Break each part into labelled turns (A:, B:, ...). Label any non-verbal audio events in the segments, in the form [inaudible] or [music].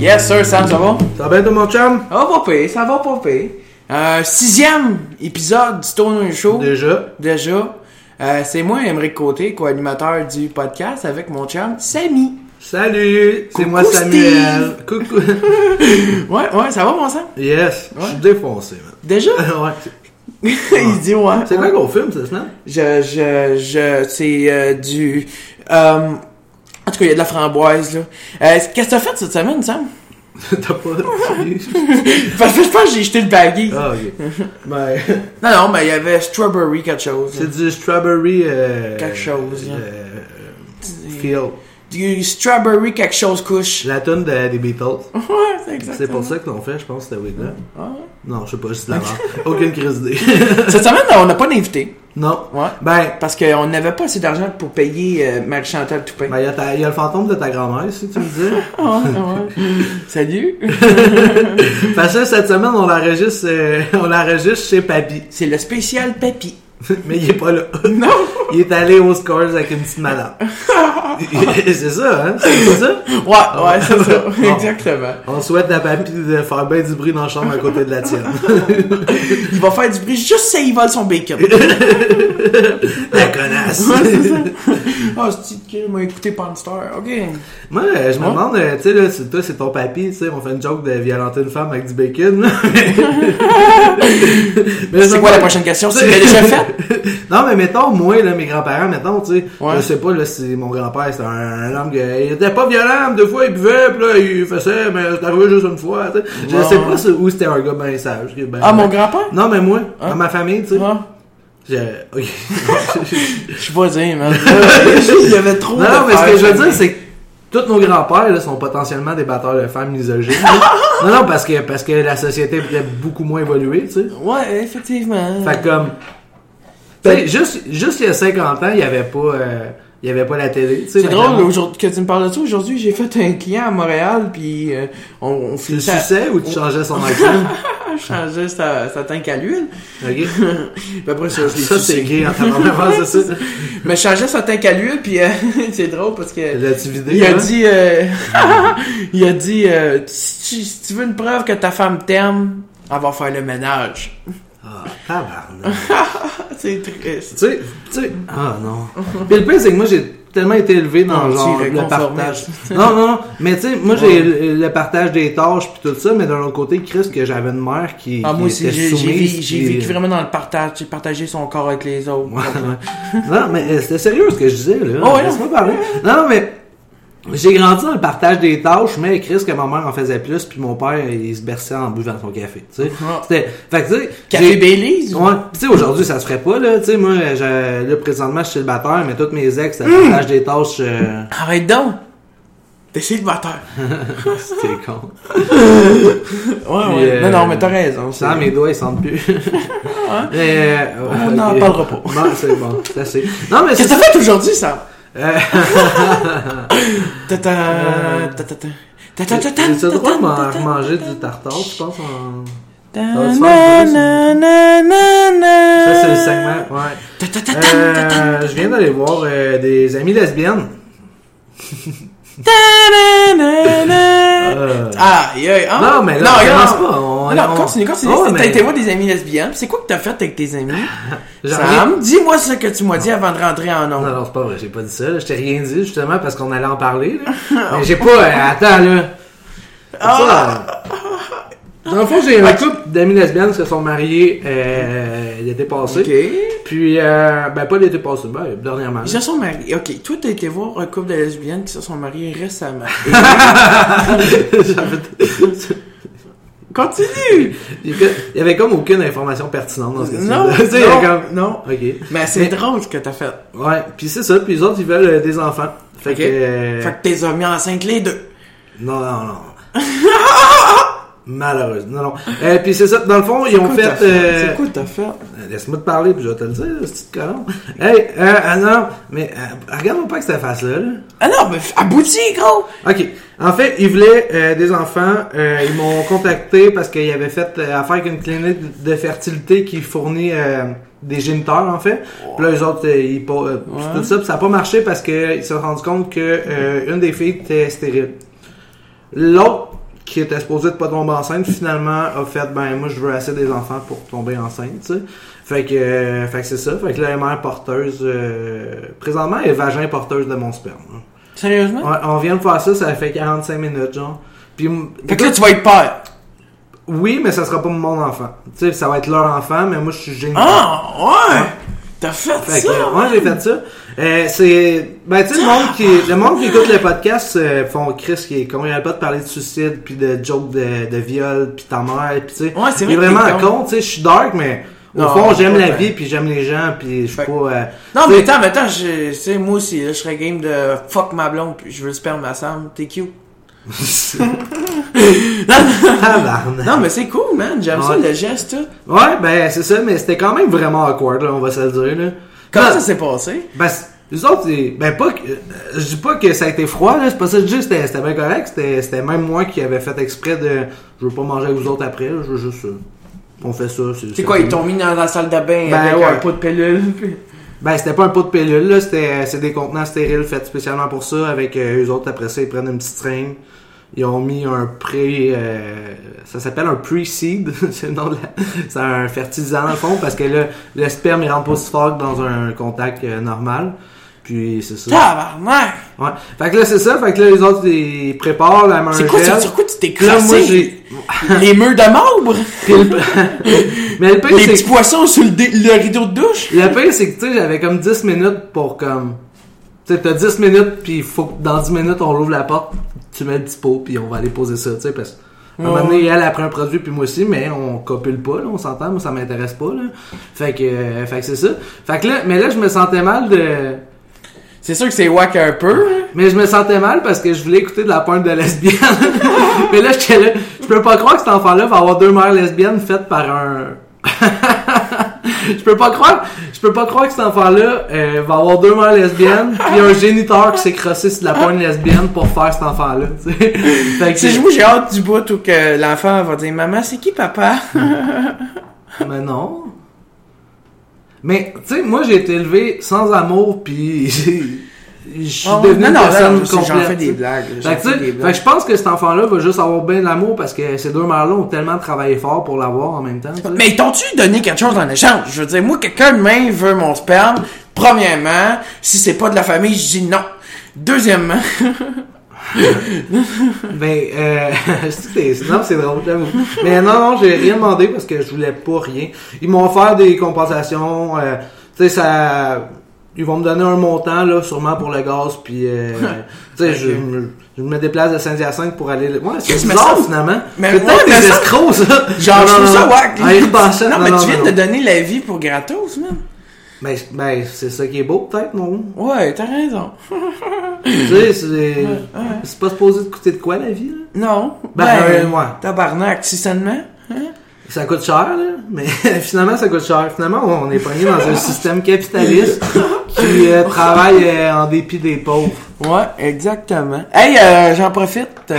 A: Yes, sir, Sam, ça va?
B: Ça va bien, toi, mon chum?
A: Ça va pas pire, ça va pas pire. Euh, sixième épisode du Stone Show.
B: Déjà.
A: Déjà. Euh, c'est moi, Émeric Côté, co-animateur du podcast avec mon chum Samy.
B: Salut! C'est
A: Coucou,
B: moi, Samuel.
A: [laughs]
B: Coucou.
A: Ouais, ouais, ça va, mon sang?
B: yes. Je suis défoncé, man.
A: [laughs]
B: [laughs]
A: Déjà?
B: ouais.
A: Il dit ouais.
B: C'est quoi qu'on filme,
A: [laughs]
B: cette semaine?
A: Je, je, je, c'est euh, du. euh, en tout cas, il y a de la framboise, là. Euh, Qu'est-ce que t'as fait cette semaine, Sam? [laughs]
B: T'as pas.
A: Parce que je pense que j'ai jeté le baggy. [laughs]
B: ah, ok. Ben,
A: Non, non, mais il y avait strawberry quelque chose. là.
B: c'est du strawberry. euh,
A: Quelque chose, là.
B: euh, Feel.
A: Du strawberry quelque chose couche.
B: La tune de- des Beatles.
A: Ouais, c'est exact.
B: C'est pour ça qu'ils l'ont fait, je pense, cette week-là.
A: Ah ouais.
B: Non, je sais pas, c'est de la merde. Aucune crise d'idée. [laughs]
A: Cette semaine, on n'a pas d'invité.
B: non.
A: Ouais.
B: Ben,
A: Parce qu'on n'avait pas assez d'argent pour payer euh, Marie-Chantal Toupin.
B: ben, il y, a ta- il y a le fantôme de ta grand-mère, si tu me dis.
A: [laughs] Ah ouais, ah ouais. Salut.
B: Parce que cette semaine, on l'enregistre, euh, [laughs] on l'enregistre chez Papy.
A: C'est le spécial papy.
B: Mais il est pas là.
A: Non.
B: Il est allé aux Scores avec une petite madame. [laughs] c'est ça, hein? C'est ça?
A: Ouais, ouais, c'est
B: [laughs]
A: ça.
B: Bon.
A: Exactement.
B: On souhaite à Papy de faire bien du bruit dans la chambre à côté de la tienne.
A: Il va faire du bruit juste si il vole son
B: [laughs]
A: bacon.
B: la connasse!
A: Ah, c'est petit qu'il m'a écouté Panstar. OK.
B: [laughs] Moi, euh, je me
A: Ouais.
B: demande, euh, tu sais, là, c'est- toi, c'est ton papy, tu sais, on fait une joke de violenter une femme avec
A: [laughs]
B: du bacon, [laughs] là. Mais
A: C'est
B: je
A: quoi
B: me-
A: la prochaine question? Tu l'as déjà
B: [laughs]
A: fait?
B: non, mais mettons, moi, là, mes grands-parents, mettons, tu sais,
A: Ouais.
B: je sais pas, là, si mon grand-père, c'était un, un homme qui il était pas violent, mais deux fois, il buvait, pis là, il faisait, mais c'est arrivé juste une fois, tu sais. Je
A: Ouais,
B: sais
A: ouais.
B: pas si- où c'était un gars ben sage. que ben-
A: Ah, mon grand-père?
B: Non, mais moi,
A: Hein?
B: dans ma famille, tu sais,
A: Ah,
B: je- [laughs] ok.
A: je suis pas dire,
B: [laughs]
A: man. [laughs] Il y avait trop
B: non, non,
A: de
B: mais ce que je veux
A: faire.
B: dire, c'est que tous nos grands-pères, là, sont potentiellement des batteurs de femmes misogynes. [laughs] non, non, parce que, parce que la société était beaucoup moins évoluée, tu sais.
A: Ouais, effectivement.
B: Fait que comme. Tu sais, juste, juste il y a 50 ans, il n'y avait pas. euh, il y avait pas la télé. tu sais,
A: C'est
B: fait
A: drôle
B: que-
A: aujourd'hui que tu me parles de ça. Aujourd'hui, j'ai fait un client à Montréal, puis euh, on, on
B: Tu le
A: finissait.
B: suçais ou tu changeais son
A: [laughs]
B: iPhone?
A: à changer sa, sa tank à l'huile.
B: Ok.
A: Puis après, ça, je l'ai
B: Ça, c'est
A: sucé.
B: gay en tabarnak, c'est ça.
A: Mais je changeais sa tank à l'huile, puis euh, [laughs] c'est drôle parce que.
B: L'as-tu vidé?
A: Il a
B: hein?
A: dit, euh, [laughs] il a dit, euh, si, tu, si tu veux une preuve que ta femme t'aime, elle va faire le ménage.
B: Ah, tabarnak.
A: C'est triste.
B: tu sais, tu sais. Ah, non. Puis le pire, c'est que moi, j'ai tellement été élevé dans
A: Non, tu
B: genre,
A: es
B: le
A: conformiste. [laughs]
B: partage. Non, non, non. Mais tu sais, moi, j'ai le le partage des tâches puis tout ça, mais d'un autre côté, Chris, que j'avais une mère qui,
A: Ah,
B: qui
A: moi aussi,
B: était
A: j'ai j'ai
B: soumise.
A: vi- j'ai
B: puis- euh,
A: vécu vraiment dans le partage. J'ai partagé son corps avec les autres.
B: Ouais, [laughs] ouais. non, mais euh, c'était sérieux ce que je disais, là.
A: Oh, ouais,
B: Laisse-moi parler. Non, mais j'ai grandi dans le partage des tâches, mais Chris, que ma mère en faisait plus, puis mon père, il se berçait en buvant son café, tu sais.
A: Ah.
B: C'était... Fait que, tu sais...
A: Café
B: j'ai-
A: Baileys?
B: Ouais. Puis, tu sais, aujourd'hui, ça se ferait pas, là. Tu sais, moi, je... là, présentement, je suis célibataire, mais toutes mes ex, le
A: Mmh!
B: partage des tâches... euh, [laughs]
A: Arrête donc! T'es célibataire.
B: C'était con.
A: Ouais,
B: Puis,
A: ouais.
B: euh,
A: Non, non, mais t'as raison. c'est-
B: Ça, mes doigts, ils sentent plus. Mais, euh,
A: On
B: ouais,
A: n'en
B: ok.
A: parlera pas.
B: Non, c'est bon. C'est assez. Non, mais c'est
A: Qu'est-ce que t'as fait aujourd'hui, ça?
B: Euh,
A: Tata, tata, tata, tata, tata,
B: J'ai le droit de m'en-
A: tata,
B: manger du tartare, je pense, en...
A: tata,
B: va se faire
A: na, na,
B: brûler,
A: na, na, na.
B: Ça, c'est le segment, ouais.
A: Tata, tata, tata, tata,
B: Euh, je viens d'aller voir euh, des amies lesbiennes.
A: na, na, na.
B: Euh,
A: Ah, yeah, ah.
B: Non, mais là, on
A: regarde.
B: commence pas, on-
A: Ah, non,
B: on-
A: continue, continue.
B: Oh,
A: T'as
B: mais-
A: été voir des amis lesbiennes. C'est quoi que t'as fait avec tes amis?
B: j'ai rien-
A: Sam, dis-moi ce que tu m'as dit avant de rentrer en
B: Non,
A: ondes.
B: non, c'est pas vrai, j'ai pas dit ça. là. Je t'ai rien dit, justement, parce qu'on allait en parler. là. Mais j'ai pas... euh, attends, là. Ça, euh, Dans le fond, j'ai un couple d'amis lesbiennes qui se sont mariées euh, l'été passé.
A: Ok. Ils
B: Puis, euh, ben, pas l'été passé, ben, dernièrement. [laughs]
A: se sont mariés. Ok, toi, t'as été voir un couple de lesbiennes qui se sont mariées récemment. Continue!
B: Il y a- il y avait comme aucune information pertinente dans ce que tu
A: Non,
B: dis. [laughs] Tu sais, il y a
A: non,
B: comme-
A: non.
B: Ok.
A: Mais c'est
B: Mais-
A: drôle ce que t'as fait.
B: Ouais, puis c'est ça, puis les autres ils veulent euh, des enfants. Fait
A: Ok.
B: que. euh,
A: Fait que t'es mis enceinte les deux.
B: Non, non, non. Malheureusement. Non, non. Euh, puis c'est ça, dans le fond, ils ont
A: Quoi t'as
B: fait. euh,
A: C'est quoi t'as fait?
B: euh, Laisse-moi te parler, puis je vais te le dire, ce petit colon. Hey, euh, ah non, mais euh, regarde-moi pas que cette face-là. là.
A: Ah non, mais abouti, gros!
B: Ok. En fait, ils voulaient euh, des enfants. Euh, ils m'ont contacté parce qu'ils avaient fait euh, affaire avec une clinique de fertilité qui fournit euh, des géniteurs, en fait. Puis là, eux autres, euh, ils pas, euh, puis tout ça. Puis ça n'a pas marché parce qu'ils se sont rendus compte que euh, une des filles était stérile. L'autre, qui était supposé de pas tomber enceinte, finalement a fait ben moi je veux assez des enfants pour tomber enceinte, tu sais. Fait que, euh, fait que c'est ça. Fait que là, elle est mère porteuse. euh, présentement, elle est vagin porteuse de mon sperme. hein.
A: Sérieusement?
B: Ouais, on vient de faire ça, ça fait 45 minutes, genre. Puis, m-
A: Fait que là, tu vas être père.
B: oui, mais ça sera pas mon enfant. Tu sais, ça va être leur enfant, mais moi, je suis géniteur.
A: Ah, ouais! T'as fait,
B: Fait que,
A: ça?
B: euh, ouais, j'ai fait ça. Euh, c'est, ben, tu sais, le monde qui, le monde qui écoute le podcast, euh, font Chris qui est con. Il arrête pas de parler de suicide, puis de jokes de, de viol, puis ta mère, puis tu sais.
A: Ouais, c'est
B: Il est
A: vrai qu'il
B: vraiment
A: est con.
B: con, tu sais. Je suis dark, mais au
A: Non,
B: fond, j'aime
A: ouais,
B: la
A: ben.
B: vie, puis j'aime les gens, puis je suis
A: Fait-
B: pas. euh,
A: Non,
B: tu
A: mais
B: sais,
A: attends, mais attends, je, tu sais, moi aussi, là, je serais game de fuck ma blonde, puis je veux le sperme à Sam, t'es
B: [laughs]
A: cute. [laughs]
B: tabarnak.
A: Non, mais c'est cool, man, j'aime ça,
B: Ouais.
A: le geste, là.
B: Ouais, ben, c'est ça, mais c'était quand même vraiment awkward, là, on va se le dire, là.
A: Comment
B: Non,
A: ça s'est passé?
B: Ben, c'est- les autres, ils- ben, pas que, euh, je dis pas que ça a été froid, là, c'est pas ça que je dis, c'était, c'était bien correct, c'était, c'était même moi qui avait fait exprès de, je veux pas manger avec vous autres après, là, je veux juste, euh, on fait ça,
A: C'est quoi, ils t'ont mis dans la salle de bain
B: Ben,
A: avec un
B: ouais.
A: pot de pilule, puis-
B: Ben, c'était pas un pot de pilule, là, c'était, euh, c'est des contenants stériles faits spécialement pour ça, avec euh, eux autres, après ça, ils prennent une petite string, ils ont mis un pré, euh, ça s'appelle un pre-seed, [laughs] c'est le nom de la- c'est un fertilisant dans le fond, parce que là, le sperme, il rentre pas aussi fort que dans un contact euh, normal, puis c'est ça.
A: Tabarnak!
B: Ouais. Fait que là, c'est ça. Fait que là, les autres, ils préparent la main
A: C'est quoi,
B: gel.
A: c'est- sur quoi tu t'es
B: Puis là, moi,
A: crassé?
B: j'ai...
A: Les murs de marbre?
B: Puis le-
A: [laughs]
B: Mais le pire,
A: Les
B: c'est
A: petits poissons sur le, dé- le rideau de douche?
B: que... Le pire, c'est que, tu sais, j'avais comme 10 minutes pour comme... Tu sais, t'as 10 minutes, puis il faut que dans 10 minutes, on rouvre la porte, tu mets le petit pot, puis on va aller poser ça, tu sais, parce que... À un moment donné, elle, elle prend un produit, puis moi aussi, mais on copule pas, là, on s'entend, moi, ça m'intéresse pas, là. Fait que, euh, fait que c'est ça. Fait que là, mais là, je me sentais mal de...
A: C'est sûr que c'est wack un peu, hein?
B: Mais je me sentais mal parce que je voulais écouter de la pointe de lesbienne. [laughs] Mais là, j'étais là. Je peux pas croire que cet enfant-là va avoir deux mères lesbiennes faites par un. [laughs] je peux pas croire. Je peux pas croire que cet enfant-là euh, va avoir deux mères lesbiennes puis un géniteur qui s'est crossé sur de la pointe lesbienne pour faire cet enfant-là. tu sais. [laughs] fait que
A: C'est moi, j'ai hâte du bout où que l'enfant va dire Maman, c'est qui papa?
B: Mais non. Mais tu sais, moi j'ai été élevé sans amour puis [laughs] j'ai- je suis
A: Oh,
B: devenu
A: non,
B: une
A: non,
B: personne
A: non, je sais, j'en
B: complète.
A: fais des
B: tu sais.
A: blagues, j'en
B: Fait que, tu
A: fais des
B: sais,
A: blagues.
B: fait que je pense que cet enfant-là va juste avoir bien de l'amour parce que ces deux mères-là ont tellement travaillé fort pour l'avoir en même temps.
A: [laughs]
B: tu sais.
A: Mais t'ont-tu donné quelque chose en échange? Je veux dire, moi, quelqu'un demain veut mon sperme, premièrement, si c'est pas de la famille, je dis non. Deuxièmement, [laughs]
B: Ben, euh, [laughs] c'est- c'est- non, c'est drôle, j'avoue. Mais non, non, j'ai rien demandé parce que je voulais pas rien. Ils m'ont offert des compensations, euh, tu sais, ça, ils vont me donner un montant, là, sûrement pour le gaz,
A: [laughs]
B: puis, euh, tu sais, je, me- je me déplace de Saint-Hyacinthe pour aller, ouais, c'est
A: Qu'est-ce que
B: bizarre,
A: me semble-
B: finalement.
A: Mais
B: Peut-être
A: ouais, me
B: des
A: semble-
B: escrocs, ça.
A: genre,
B: Non,
A: je
B: non,
A: trouve ça
B: non.
A: wack.
B: Ah, ils pensent ça.
A: non, mais tu viens
B: non,
A: de
B: non.
A: donner la vie pour gratos, man.
B: Ben, ben, c'est ça qui est beau, peut-être, non?
A: Ouais, t'as raison.
B: tu sais, c'est, c'est pas supposé de coûter de quoi, la vie, là?
A: Non.
B: Ben, euh, ouais.
A: Tabarnak, si seulement. Hein?
B: Ça coûte cher, là, mais [laughs] finalement, ça coûte cher. Finalement, on est pogné dans un système capitaliste qui euh, travaille euh, en dépit des pauvres.
A: Ouais, exactement. Hey, euh, j'en profite. [laughs] euh,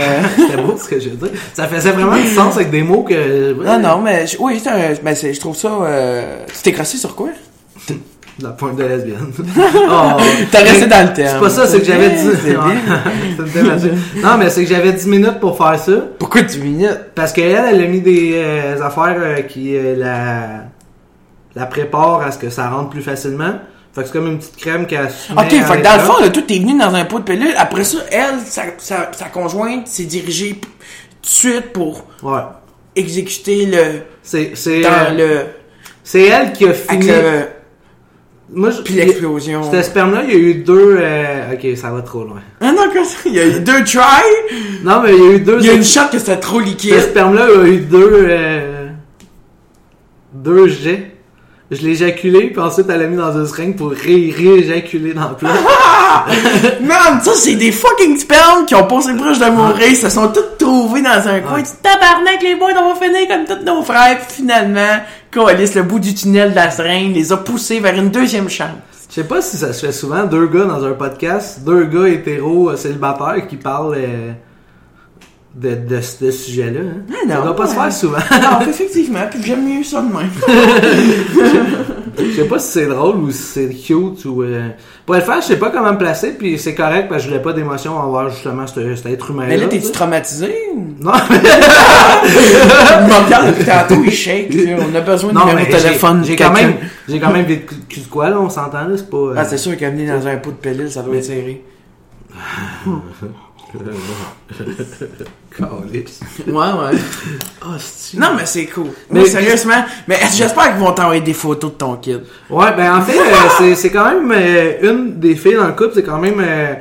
B: C'est beau ce que je veux dire. Ça faisait vraiment du sens avec des mots que...
A: non, non, mais je- oui, c'est un- ben, c'est- je trouve ça... euh, Tu t'es crassé sur quoi?
B: La pointe de lesbienne. [laughs] Oh.
A: T'as resté dans le thème.
B: C'est pas ça, c'est que j'avais
A: bien,
B: dit.
A: c'est
B: [laughs]
A: bien.
B: non, mais c'est que j'avais 10 minutes pour faire ça.
A: Pourquoi 10 minutes?
B: Parce qu'elle, elle a mis des euh, affaires euh, qui euh, la, la préparent à ce que ça rentre plus facilement. Fait que c'est comme une petite crème qu'elle se met
A: Ok, fait
B: à
A: que dans le
B: l'intérieur.
A: fond, là, tout est venu dans un pot de pilule. Après ça, elle, sa, sa, sa conjointe s'est dirigée p- tout de suite pour
B: Ouais.
A: exécuter le.
B: C'est, c'est, euh,
A: dans le.
B: c'est elle qui a
A: Avec
B: fini.
A: le.
B: Moi, je,
A: Puis
B: il-
A: l'explosion.
B: Cet sperme-là, il y a eu deux. euh, Ok, ça va trop loin.
A: Ah non, que ça. Il y a eu deux tries.
B: Non, mais il y a eu deux.
A: Il y a une shot que c'était trop
B: Ce
A: liquide.
B: sperme-là il y a eu deux. euh, Deux jets. Je l'ai éjaculé, puis ensuite elle l'a mis dans une seringue pour ré- rééjaculer dans le plat.
A: Man, ça, c'est des fucking spermes qui ont passé proche de mourir. Se sont toutes trouvées dans un coin. Tu tabarnak, les boys, on va finir comme tous nos frères. Puis finalement, Coalis, le bout du tunnel de la seringue, les a poussés vers une deuxième [laughs] chance.
B: Je sais pas si ça se fait souvent, deux gars dans un podcast, deux gars hétéros euh, célibataires qui parlent euh, de, de ce de ce sujet-là. hein.
A: Ah non,
B: ça doit pas se
A: ouais.
B: faire souvent. [laughs]
A: Alors, effectivement, puis j'aime mieux ça de même.
B: Je sais pas si c'est drôle ou si c'est cute ou. euh, Pour le faire, je sais pas comment me placer, puis c'est correct parce que je voulais pas d'émotion envers justement cet, cet être humain.
A: Mais là, t'es-tu traumatisé? [laughs]
B: [laughs] Non,
A: Il me regarde depuis tantôt, il shake. tu sais, On a besoin [laughs] de
B: non,
A: numéro
B: mais
A: de téléphone.
B: J'ai
A: de
B: quand même,
A: quelqu'un.
B: j'ai quand même vécu de quoi là, on s'entend là, c'est pas. euh,
A: Ah, c'est sûr qu'amener dans un pot de pilule, ça doit être serré.
B: [laughs] Calice.
A: Ouais, [laughs] ouais.
B: Ah, c'est-tu-
A: Non, mais c'est cool.
B: Mais-
A: Mais sérieusement, mais j'espère qu'ils vont t'envoyer des photos de ton kid.
B: Ouais, ben en fait, euh, c'est- c'est quand même euh, une des filles dans le couple, c'est quand même euh,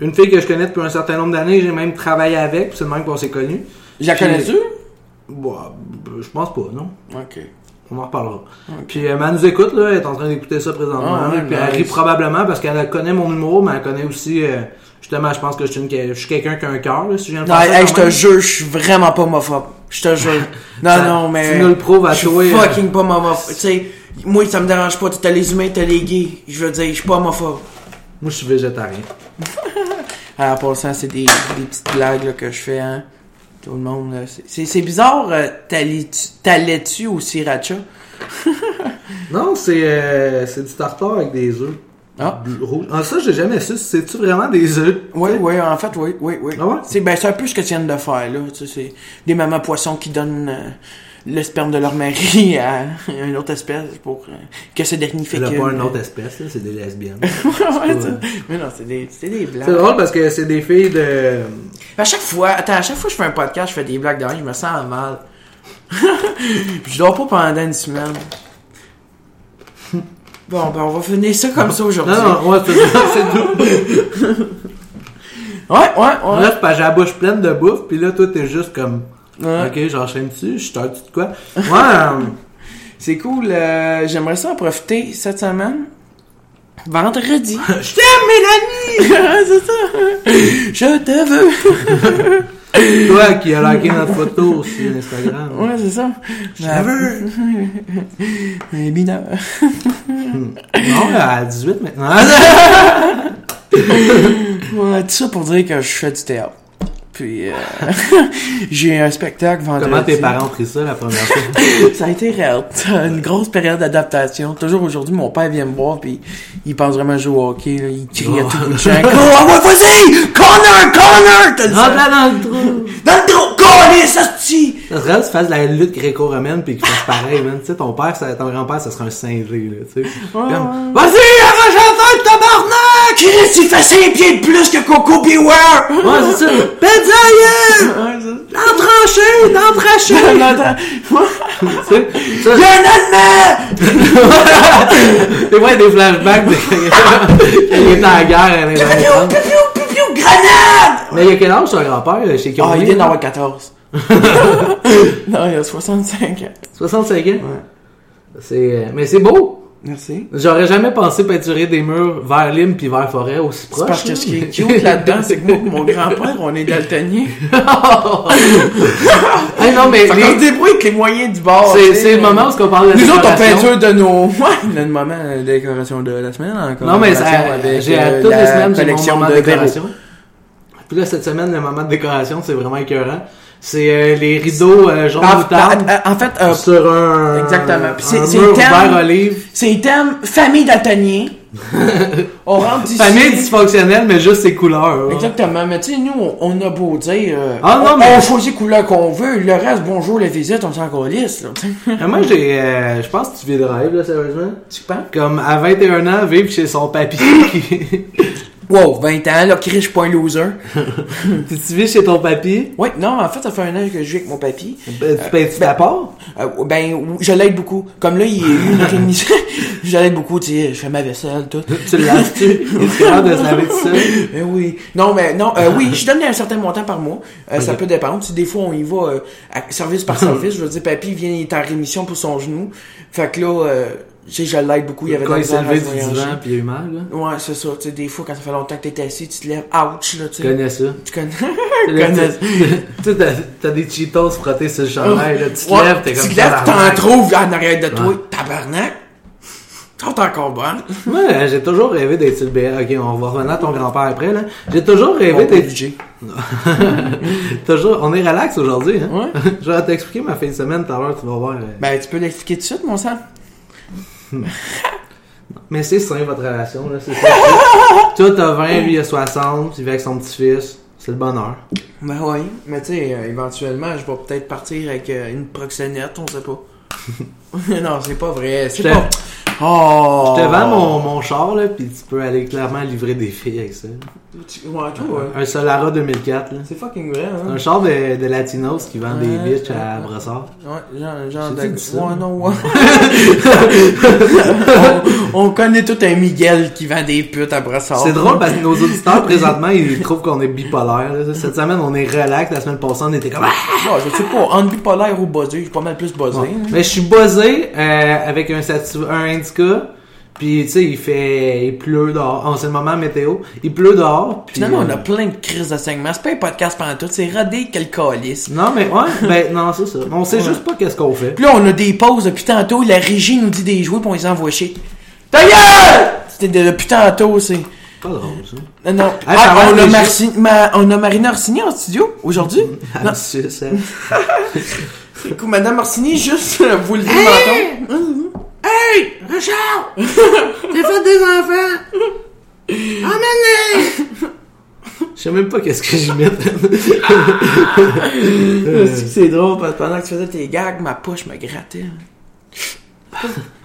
B: une fille que je connais depuis un certain nombre d'années, j'ai même travaillé avec, puis c'est de même qu'on s'est connus.
A: Je la
B: Puis-
A: connais-tu?
B: Bon, ben, je pense pas, non?
A: Ok.
B: On en reparlera. Puis euh, mais elle nous écoute, là, elle est en train d'écouter ça présentement.
A: Ah ouais,
B: là, puis elle rit
A: nice.
B: probablement parce qu'elle connaît mon humour, mais elle connaît aussi, euh, justement, je pense que je suis, une- je suis quelqu'un qui a un cœur, là, si j'ai un
A: Non, hey, je te jure, je suis vraiment pas homophobe. Je te jure. Non,
B: Ça-
A: non, mais.
B: tu nous le prouves à
A: je suis
B: toi, euh.
A: fucking pas homophobe. Tu sais, moi, ça me dérange pas. T'as les humains, t'as les gays. Je veux dire, je suis pas homophobe.
B: Moi, je suis végétarien.
A: Alors, pour ça, Ah, c'est des, des petites blagues là, que je fais, hein. Tout le monde, là. C'est- C'est c'est bizarre, euh, t'allais-tu- t'allais-tu au sriracha?
B: Non, c'est euh, c'est du tartare avec des œufs.
A: Ah.
B: Bleu- Rouge. Ah, ça, j'ai jamais su. C'est-tu vraiment des œufs?
A: Oui, oui, en fait, oui, oui, oui.
B: Ah ouais?
A: C'est ben, c'est un peu ce que tu viens de faire, là. Tu sais, c'est des mamans poissons qui donnent euh, le sperme de leur mari [laughs] à une autre espèce pour euh, que ce dernier fait
B: Elle a
A: que...
B: pas une autre espèce, là, c'est des lesbiennes.
A: Ouais,
B: pas-
A: tu- Mais non, c'est des, c'est des
B: [laughs] c'est
A: blagues.
B: drôle parce que c'est des filles de.
A: À chaque fois, attends, à chaque fois que je fais un podcast, je fais des blagues derrière, je me sens mal. [laughs] je dors pas pendant une semaine.
B: [laughs]
A: Bon, ben, on va finir ça comme ça aujourd'hui.
B: Non, non, ouais, c'est [laughs] c'est tout.
A: Ouais, ouais, ouais.
B: Bref, parce que j'ai la bouche pleine de bouffe, puis là, toi, t'es juste comme.
A: Ouais.
B: Ok, j'enchaîne dessus, je suis un de quoi. Ouais, euh,
A: C'est cool. euh, J'aimerais ça en profiter cette semaine.
B: [laughs]
A: Vendredi.
B: [laughs] je t'aime,
A: c'est ça. Je te veux.
B: Mélanie! Toi qui a liké notre photo sur Instagram.
A: Ouais, c'est ça.
B: Je la veux!
A: [laughs] Un binaire.
B: Non, à 18 [laughs] maintenant.
A: Ouais, tout ça pour dire que je fais du théâtre. Puis, euh, [laughs] j'ai un spectacle vendredi.
B: Comment tes parents ont pris ça la première fois?
A: Ça a été réel. Une grosse période d'adaptation. Toujours aujourd'hui, mon père vient me voir, puis il pense vraiment jouer au hockey. là. Il crie à tout bout de champ. Go, ah ouais, vas-y! Connor, Connor! T'as dit ça?
B: [laughs] Rentre-la dans le trou!
A: Dans le trou! Connor, hostie!
B: Ça serait que tu fasses de la lutte gréco-romaine pis qu'ils fassent pareil, man. Tu sais, ton père, ça- ton grand-père, ça serait un cinglé, là, tu sais. Comme, vas-y, arrache la tête, tabarnak!
A: Chris, il fait 5 pieds de plus que Coco Beware!
B: Ouais, c'est ça. Pédiaille! Entranché, d'entranché! [laughs]
A: On entend.
B: tu sais, ça,
A: Il y a un Allemand!
B: [laughs] c'est ouais, des flashbacks de quand il était en guerre à
A: Piou,
B: l'indépendance.
A: piou, piou, piou, piou, grenade!
B: Mais il y a quel âge ton grand-père, chez qui
A: Ah,
B: on
A: il
B: est,
A: vient
B: là?
A: d'avoir
B: [laughs]
A: 14. non, il a 65 ans.
B: 65 ans? C'est, euh, mais c'est beau!
A: Merci.
B: J'aurais jamais pensé peinturer des murs vers Lime puis vers Forêt aussi proches.
A: Parce que
B: là.
A: ce qui est
B: [laughs]
A: cute là-dedans, c'est que moi et [laughs] mon grand-père, on est [laughs] daltonien.
B: Ah non,
A: [laughs]
B: mais
A: Fait
B: les-
A: qu'on se débrouille avec les moyens du bord. tu
B: c'est
A: sais. euh,
B: c'est le moment où on parle de
A: Nous autres, on
B: séparation.
A: peinture de nos... Ouais, on a le moment de la euh, décoration de la semaine encore.
B: Non, mais
A: en relation
B: ça,
A: avec,
B: j'ai
A: euh,
B: à toutes les
A: la
B: semaines, j'ai mon
A: collection
B: moment de
A: de Véro.
B: décoration. Puis là, cette semaine, le moment de décoration, c'est vraiment écœurant. C'est euh, les rideaux euh, jaunes
A: En,
B: moutarde
A: en- en fait, euh,
B: sur un,
A: Exactement. Puis c'est-
B: un
A: c'est
B: mur
A: le terme-
B: vert olive.
A: c'est le thème famille [laughs] daltonien. on rentre d'ici.
B: Famille dysfonctionnelle, mais juste ses couleurs. ouais.
A: Exactement, mais tu sais, nous, on- on a beau dire, euh,
B: Ah, non,
A: on,
B: mais-
A: on choisit couleur qu'on veut, le reste, bonjour, les visites, on s'en calisse, là.
B: Ah, Moi, j'ai, euh, je pense que tu vis de rêve, là, sérieusement.
A: tu penses?
B: Comme à 21 ans, vivre chez son papy. [laughs] qui-
A: Wow, 20 ans, là, Chris, je suis pas un loser.
B: Puis tu vis chez ton papy,
A: Ouais, non, en fait, ça fait un an que je vis avec mon papy.
B: ben, tu payes-tu ta part?
A: Euh, ben, ou- je l'aide beaucoup. Comme là, il est eu une clinique. [laughs] je l'aide beaucoup, tu sais, je fais ma vaisselle,
B: [laughs]
A: tout.
B: Tu
A: [laughs]
B: le laves-tu? Est-ce que de se laver tout seul?
A: Ben oui. Non, mais non, euh, oui, je donne un certain montant par mois. Euh, Ça
B: Ok.
A: peut dépendre. Si des fois, on y va euh, à- service
B: [laughs]
A: par service. Je veux dire, papy vient, il est en rémission pour son genou. Fait que là, euh, tu sais, je l'aide beaucoup. Il y avait de
B: Quand
A: la
B: il s'est
A: misère à se
B: levé du
A: voyager.
B: divan, puis il a eu mal, là.
A: Ouais, c'est ça. Tu sais, des fois, quand ça fait longtemps que t'es assis, tu te lèves, ouch, là, tu
B: Tu
A: sais.
B: connais ça.
A: Tu connais. [laughs]
B: Là,
A: Connais-
B: tu- Tu sais, t'as- t'as des Cheetos frottés sur le chandail, là. Tu te
A: Ouais,
B: lèves, t'es comme
A: Tu te lèves, t'en
B: tabarnak.
A: trouves en arrière de toi.
B: Ouais.
A: Tabarnak. Toi, t'es encore bonne.
B: Moi, euh, j'ai toujours rêvé d'être sur le BL. Ok, on va revenir à ton grand-père après, là. J'ai toujours rêvé
A: Bon,
B: d'être.
A: obligé.
B: Toujours. On est relax aujourd'hui, hein. [laughs]
A: Ouais.
B: Je vais t'expliquer ma fin de semaine tout à l'heure, tu vas voir. euh.
A: Ben, tu peux l'expliquer tout de suite, mon sang.
B: Non. Mais c'est sain votre relation, là,
A: [laughs]
B: c'est ça. Toi, t'as 20, lui, il a 60, il vit avec son petit-fils. C'est le bonheur.
A: Ben oui, mais tu sais, euh, éventuellement, je vais peut-être partir avec euh, une proxénète, on sait pas. [laughs] non, c'est pas vrai, c'est
B: Je te-
A: pas... Oh!
B: Je te vends mon, mon char, là, pis tu peux aller clairement livrer des filles avec ça.
A: Tu- Ouais, toi, ouais.
B: Un Solara 2004, là.
A: C'est fucking vrai, hein?
B: Un char de, de Latinos qui vend des
A: Ouais, Ah.
B: bitches à
A: ouais, ouais.
B: Brossard.
A: Ouais, genre, genre
B: J'ai-tu dit
A: de...
B: ça?
A: Ouais, non,
B: [laughs]
A: ouais. on, on connaît tout un Miguel qui vend des putes à brassard.
B: C'est drôle parce que nos auditeurs, présentement, ils trouvent qu'on est bipolaire. là. Cette semaine, on est relax. La semaine passée, on était comme... Ah!
A: Ouais, je sais pas, entre bipolaire ou buzzé, je suis pas mal plus buzzé.
B: Ouais.
A: hein.
B: Mais je suis buzzé euh, avec un, satu- un indica. Puis, tu sais, il fait... Il pleut dehors. En ce moment, météo. Il pleut dehors. Puis,
A: Finalement, on a
B: euh,
A: plein de crises de saignement. C'est pas un podcast pendant tout, c'est radé quel calice.
B: Non, mais ouais. ben, non, c'est ça. On sait
A: Ouais.
B: juste pas qu'est-ce qu'on fait.
A: Puis là, on a des pauses depuis tantôt. La régie nous dit des jouets, puis on les envoie chier. Ta gueule! C'était de- depuis tantôt, c'est...
B: Pas drôle, ça.
A: Non, non.
B: Ah,
A: Ah,
B: parlant
A: on, a
B: des
A: Marci- Ma- on a Marina Orsini en studio, aujourd'hui. Non,
B: [laughs] Ah, c'est ça.
A: Du coup, Madame Orsini, juste [laughs] euh, vous le menton.
B: Hey! Richard! J'ai fait des enfants! Ah, Emmène-les! Je sais même pas qu'est-ce que je mets. [laughs]
A: Euh, C'est drôle, parce que pendant que tu faisais tes gags, ma poche me grattait.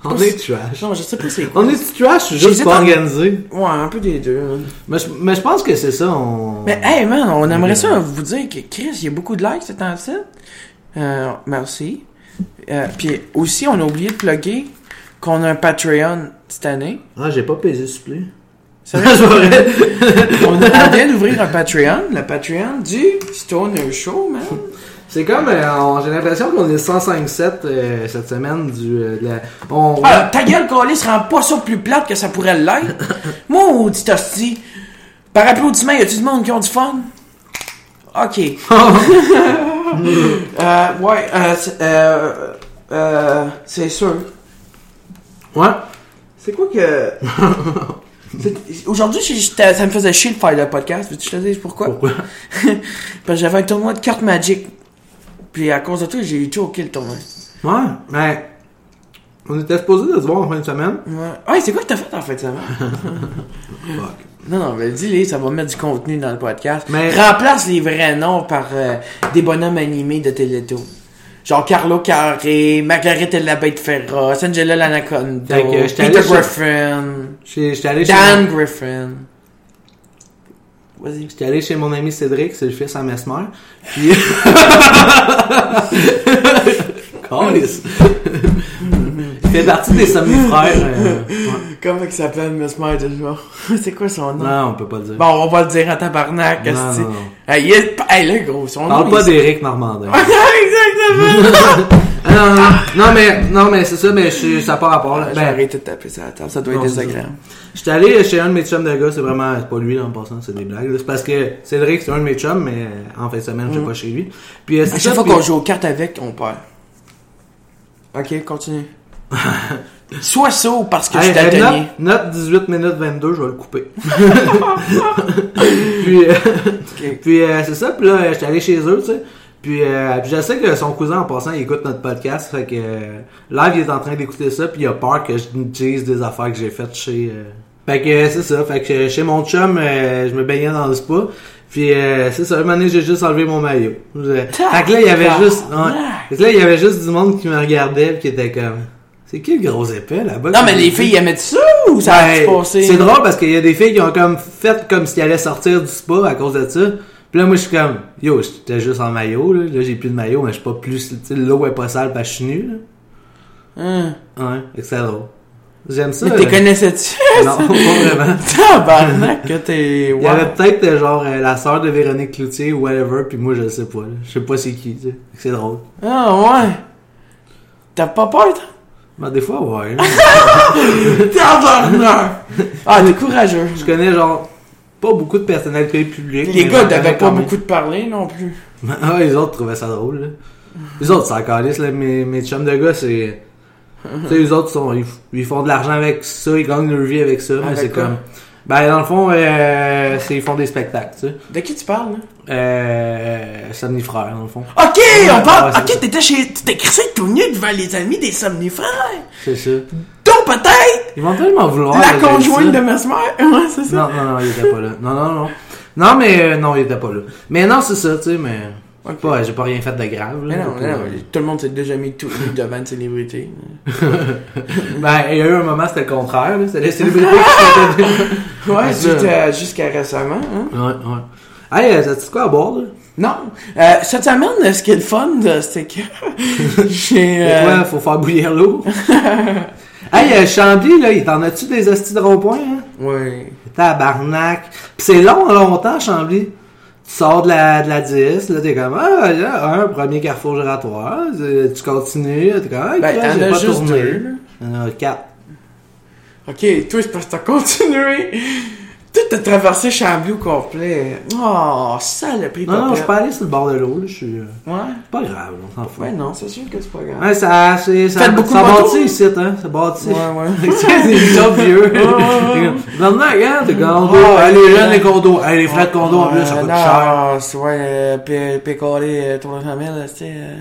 B: On est trash.
A: Non, je sais pas c'est quoi.
B: On est trash, juste
A: J'hésite
B: pas
A: en-
B: organisé.
A: Ouais, un peu des deux. hein.
B: Mais je, mais je pense que c'est ça, on...
A: Mais hey man, on aimerait ça vous dire que Chris, il y a beaucoup de likes cet temps-ci. Euh, merci. Euh, Puis aussi, on a oublié de plugger qu'on a un Patreon cette année.
B: Ah, j'ai pas pesé sur play.
A: C'est
B: [laughs] C'est vrai.
A: On, a- on vient d'ouvrir un Patreon, le Patreon du Stoner Show, man.
B: C'est comme, euh, on- j'ai l'impression qu'on est 105-7 euh, cette semaine du... euh, de la- on,
A: Ah, ta gueule, Calais, rend pas ça plus plate que ça pourrait l'être. Maudit hostie. Par applaudissement, y a-tu du monde qui ont du fun? Ok. euh, ouais, euh, c'est- euh, euh, c'est sûr.
B: Ouais.
A: C'est quoi que. C'est- Aujourd'hui, j'ai- j'étais- ça me faisait chier de faire le podcast. Veux-tu que je te dise pourquoi?
B: Pourquoi?
A: [laughs] Parce que j'avais un tournoi de cartes Magic. Puis à cause de toi, j'ai choqué le tournoi.
B: [laughs] Ouais. Mais on était supposé de se voir en fin de semaine.
A: Ouais. Hey, c'est quoi que t'as fait en fait,
B: [laughs]
A: ça
B: Fuck.
A: Non, non, mais dis-les, ça va mettre du contenu dans le podcast.
B: Mais-
A: Remplace les vrais noms par euh, des bonhommes animés de Téléto. Genre Carlo Carré, Marguerite et la Bête Féroce, Angela Lanaconda,
B: Fait que
A: Peter
B: j'étais allé chez-
A: Griffin,
B: J'ai- J'étais allé chez...
A: Dan Griffin. Vas-y.
B: J'étais allé chez mon ami Cédric, c'est le fils à Mesmer.
A: [laughs]
B: Puis. Câlisse. Il fait partie des somnifères. euh, ouais.
A: Comment il s'appelle Mesmer de [laughs] C'est quoi son nom?
B: Non, on peut pas le dire.
A: Bon, on va le dire à tabarnak.
B: Non,
A: esti.
B: non, non.
A: Hey, il est- hey, là, gros, son nom.
B: Parle pas
A: il-
B: d'Éric Normandin.
A: [laughs] Exactement!
B: Ah, non, non, non, mais, non, mais c'est ça, mais je suis- ça n'a pas rapport. Là.
A: J'ai
B: Ben,
A: arrêté de taper ça à la table, ça doit être
B: Non, c'est ça.
A: désagréable.
B: j'étais allé chez un de mes chums de gars, c'est vraiment. C'est pas lui là, en passant, c'est des blagues. là. C'est parce que Cédric, c'est un de mes chums, mais euh, en fin de semaine, je suis pas chez lui. Puis, euh, c'est
A: Mm. À chaque
B: ça,
A: fois
B: puis-
A: qu'on joue aux cartes avec, on perd. Ok,
B: [laughs]
A: continue. Soit ça ou parce que
B: Hey,
A: je t'ai
B: hey,
A: atteigné.
B: note, note 18 minutes 22, je vais le couper. [laughs] puis euh, puis euh, c'est ça, puis là, euh, j'étais allé chez eux, tu sais. Puis, euh, puis je sais que son cousin, en passant, il écoute notre podcast, fait que euh, live, il est en train d'écouter ça, puis il a peur que je dise des affaires que j'ai faites chez... euh, Fait que euh, c'est ça, fait que euh, chez mon chum, euh, je me baignais dans le spa, puis euh, c'est ça, un moment donné, j'ai juste enlevé mon maillot. Euh, Fait que là, il y avait juste... ouais. Fait que là, il y avait juste du monde qui me regardait, puis qui était comme... C'est qui le gros épais, là-bas?
A: Non,
B: qui
A: mais
B: me
A: les
B: dit-
A: filles aimaient ça ou ça a
B: ben,
A: passé?
B: c'est drôle parce qu'il y a des filles qui ont comme fait comme s'ils allaient sortir du spa à cause de ça. Puis là, moi, je suis comme, yo, j'étais juste en maillot, là. Là, j'ai plus de maillot, mais je suis pas plus, tu sais, l'eau est pas sale parce que je suis nu,
A: Hein.
B: là. Ouais, fait que c'est drôle. J'aime ça.
A: Mais t'es
B: là.
A: connaissais-tu?
B: Non, [laughs] pas vraiment.
A: [laughs] Tabarnak que t'es...
B: Il y avait peut-être, euh, genre, euh, la sœur de Véronique Cloutier ou whatever, puis moi, je sais pas, là. Je sais pas c'est qui, tu sais. Fait que C'est drôle.
A: Ah ouais! T'as pas peur, toi?
B: Mais Ben, des fois, ouais, hein. là.
A: Tabarnak! Ah, t'es courageux.
B: Je connais, genre, pas beaucoup de personnalités publiques.
A: Les
B: mais
A: gars
B: j'en connais
A: devaient pas
B: quand même.
A: beaucoup de parler non plus.
B: [laughs] Ah, les autres trouvaient ça drôle, là. Les autres, ça calisse, là. Mes, mes chums de gars, c'est. tu sais, les autres, sont, ils, f- ils font de l'argent avec ça, ils gagnent leur vie avec ça, mais
A: Avec
B: c'est
A: quoi?
B: comme. Ben, dans le fond, euh, c'est- ils font des spectacles, tu sais.
A: De qui tu parles, là?
B: Euh, somnifères, dans le fond.
A: Ok, on
B: Ouais,
A: parle.
B: c'est
A: ok,
B: ça.
A: t'étais chez. Tu t'es crissé tout nu devant les amis des somnifères.
B: C'est ça.
A: Donc peut-être!
B: Ils vont tellement vouloir.
A: la
B: le
A: conjointe
B: DLC.
A: de Mesmer! [laughs] Ouais, c'est ça.
B: Non, non, non, il était pas là. Non, non, non. Non, mais euh, non, il était pas là. Mais non, c'est ça, tu sais, mais.
A: Ok.
B: Ouais, j'ai pas rien fait de grave. Là,
A: Mais non,
B: Pour-
A: mais non, tout le monde s'est déjà mis tout nu devant une célébrité.
B: Ben, il y a eu un moment, c'était le contraire, là. C'était les célébrités qui étaient
A: Ouais,
B: ça.
A: jusqu'à jusqu'à récemment, hein.
B: Ouais, ouais. Hey, euh, t'as-tu de quoi à boire, là?
A: Non. Euh, cette semaine, euh, ce qui est le fun, euh, c'est que [laughs] j'ai...
B: Pour
A: euh,
B: toi, faut faire
A: [laughs]
B: bouillir l'eau. hey, euh, Chambly, là, il t'en a-tu des hosties de rond-point, hein?
A: euh, Ouais.
B: Tabarnak. Pis c'est long, longtemps, Chambly. Tu sors de la, de la 10, là, t'es comme, ah, là, un premier carrefour giratoire, euh, tu continues, t'es comme, ah,
A: Ben,
B: là,
A: t'en
B: j'ai
A: as
B: pas
A: juste
B: tourné.
A: deux, là.
B: T'en as quatre.
A: Ok, toi, c'est parce que t'as continué. Toi, t'as traversé Chambly au complet. Oh, sale pris
B: Non, non, je peux aller sur le bord de l'eau, là, je suis, euh,
A: Ouais.
B: c'est pas grave, on s'en fout.
A: Ouais, non, c'est sûr que c'est pas grave.
B: Ouais, ça, c'est, ça,
A: Faites beaucoup
B: ça
A: de moto?
B: bâtit ici, hein, ça bâtit.
A: Ouais, ouais.
B: c'est des gens vieux.
A: Ouais, ouais, ouais.
B: Maintenant, regarde, les condos.
A: Ouais,
B: hey, les
A: ouais.
B: jeunes, les condos. Hey, [laughs] les frais de condos, en plus, ça
A: Euh,
B: coûte
A: non,
B: cher.
A: c'est ouais, euh, pé- pécoré, euh, tour de famille, là, tu sais. euh,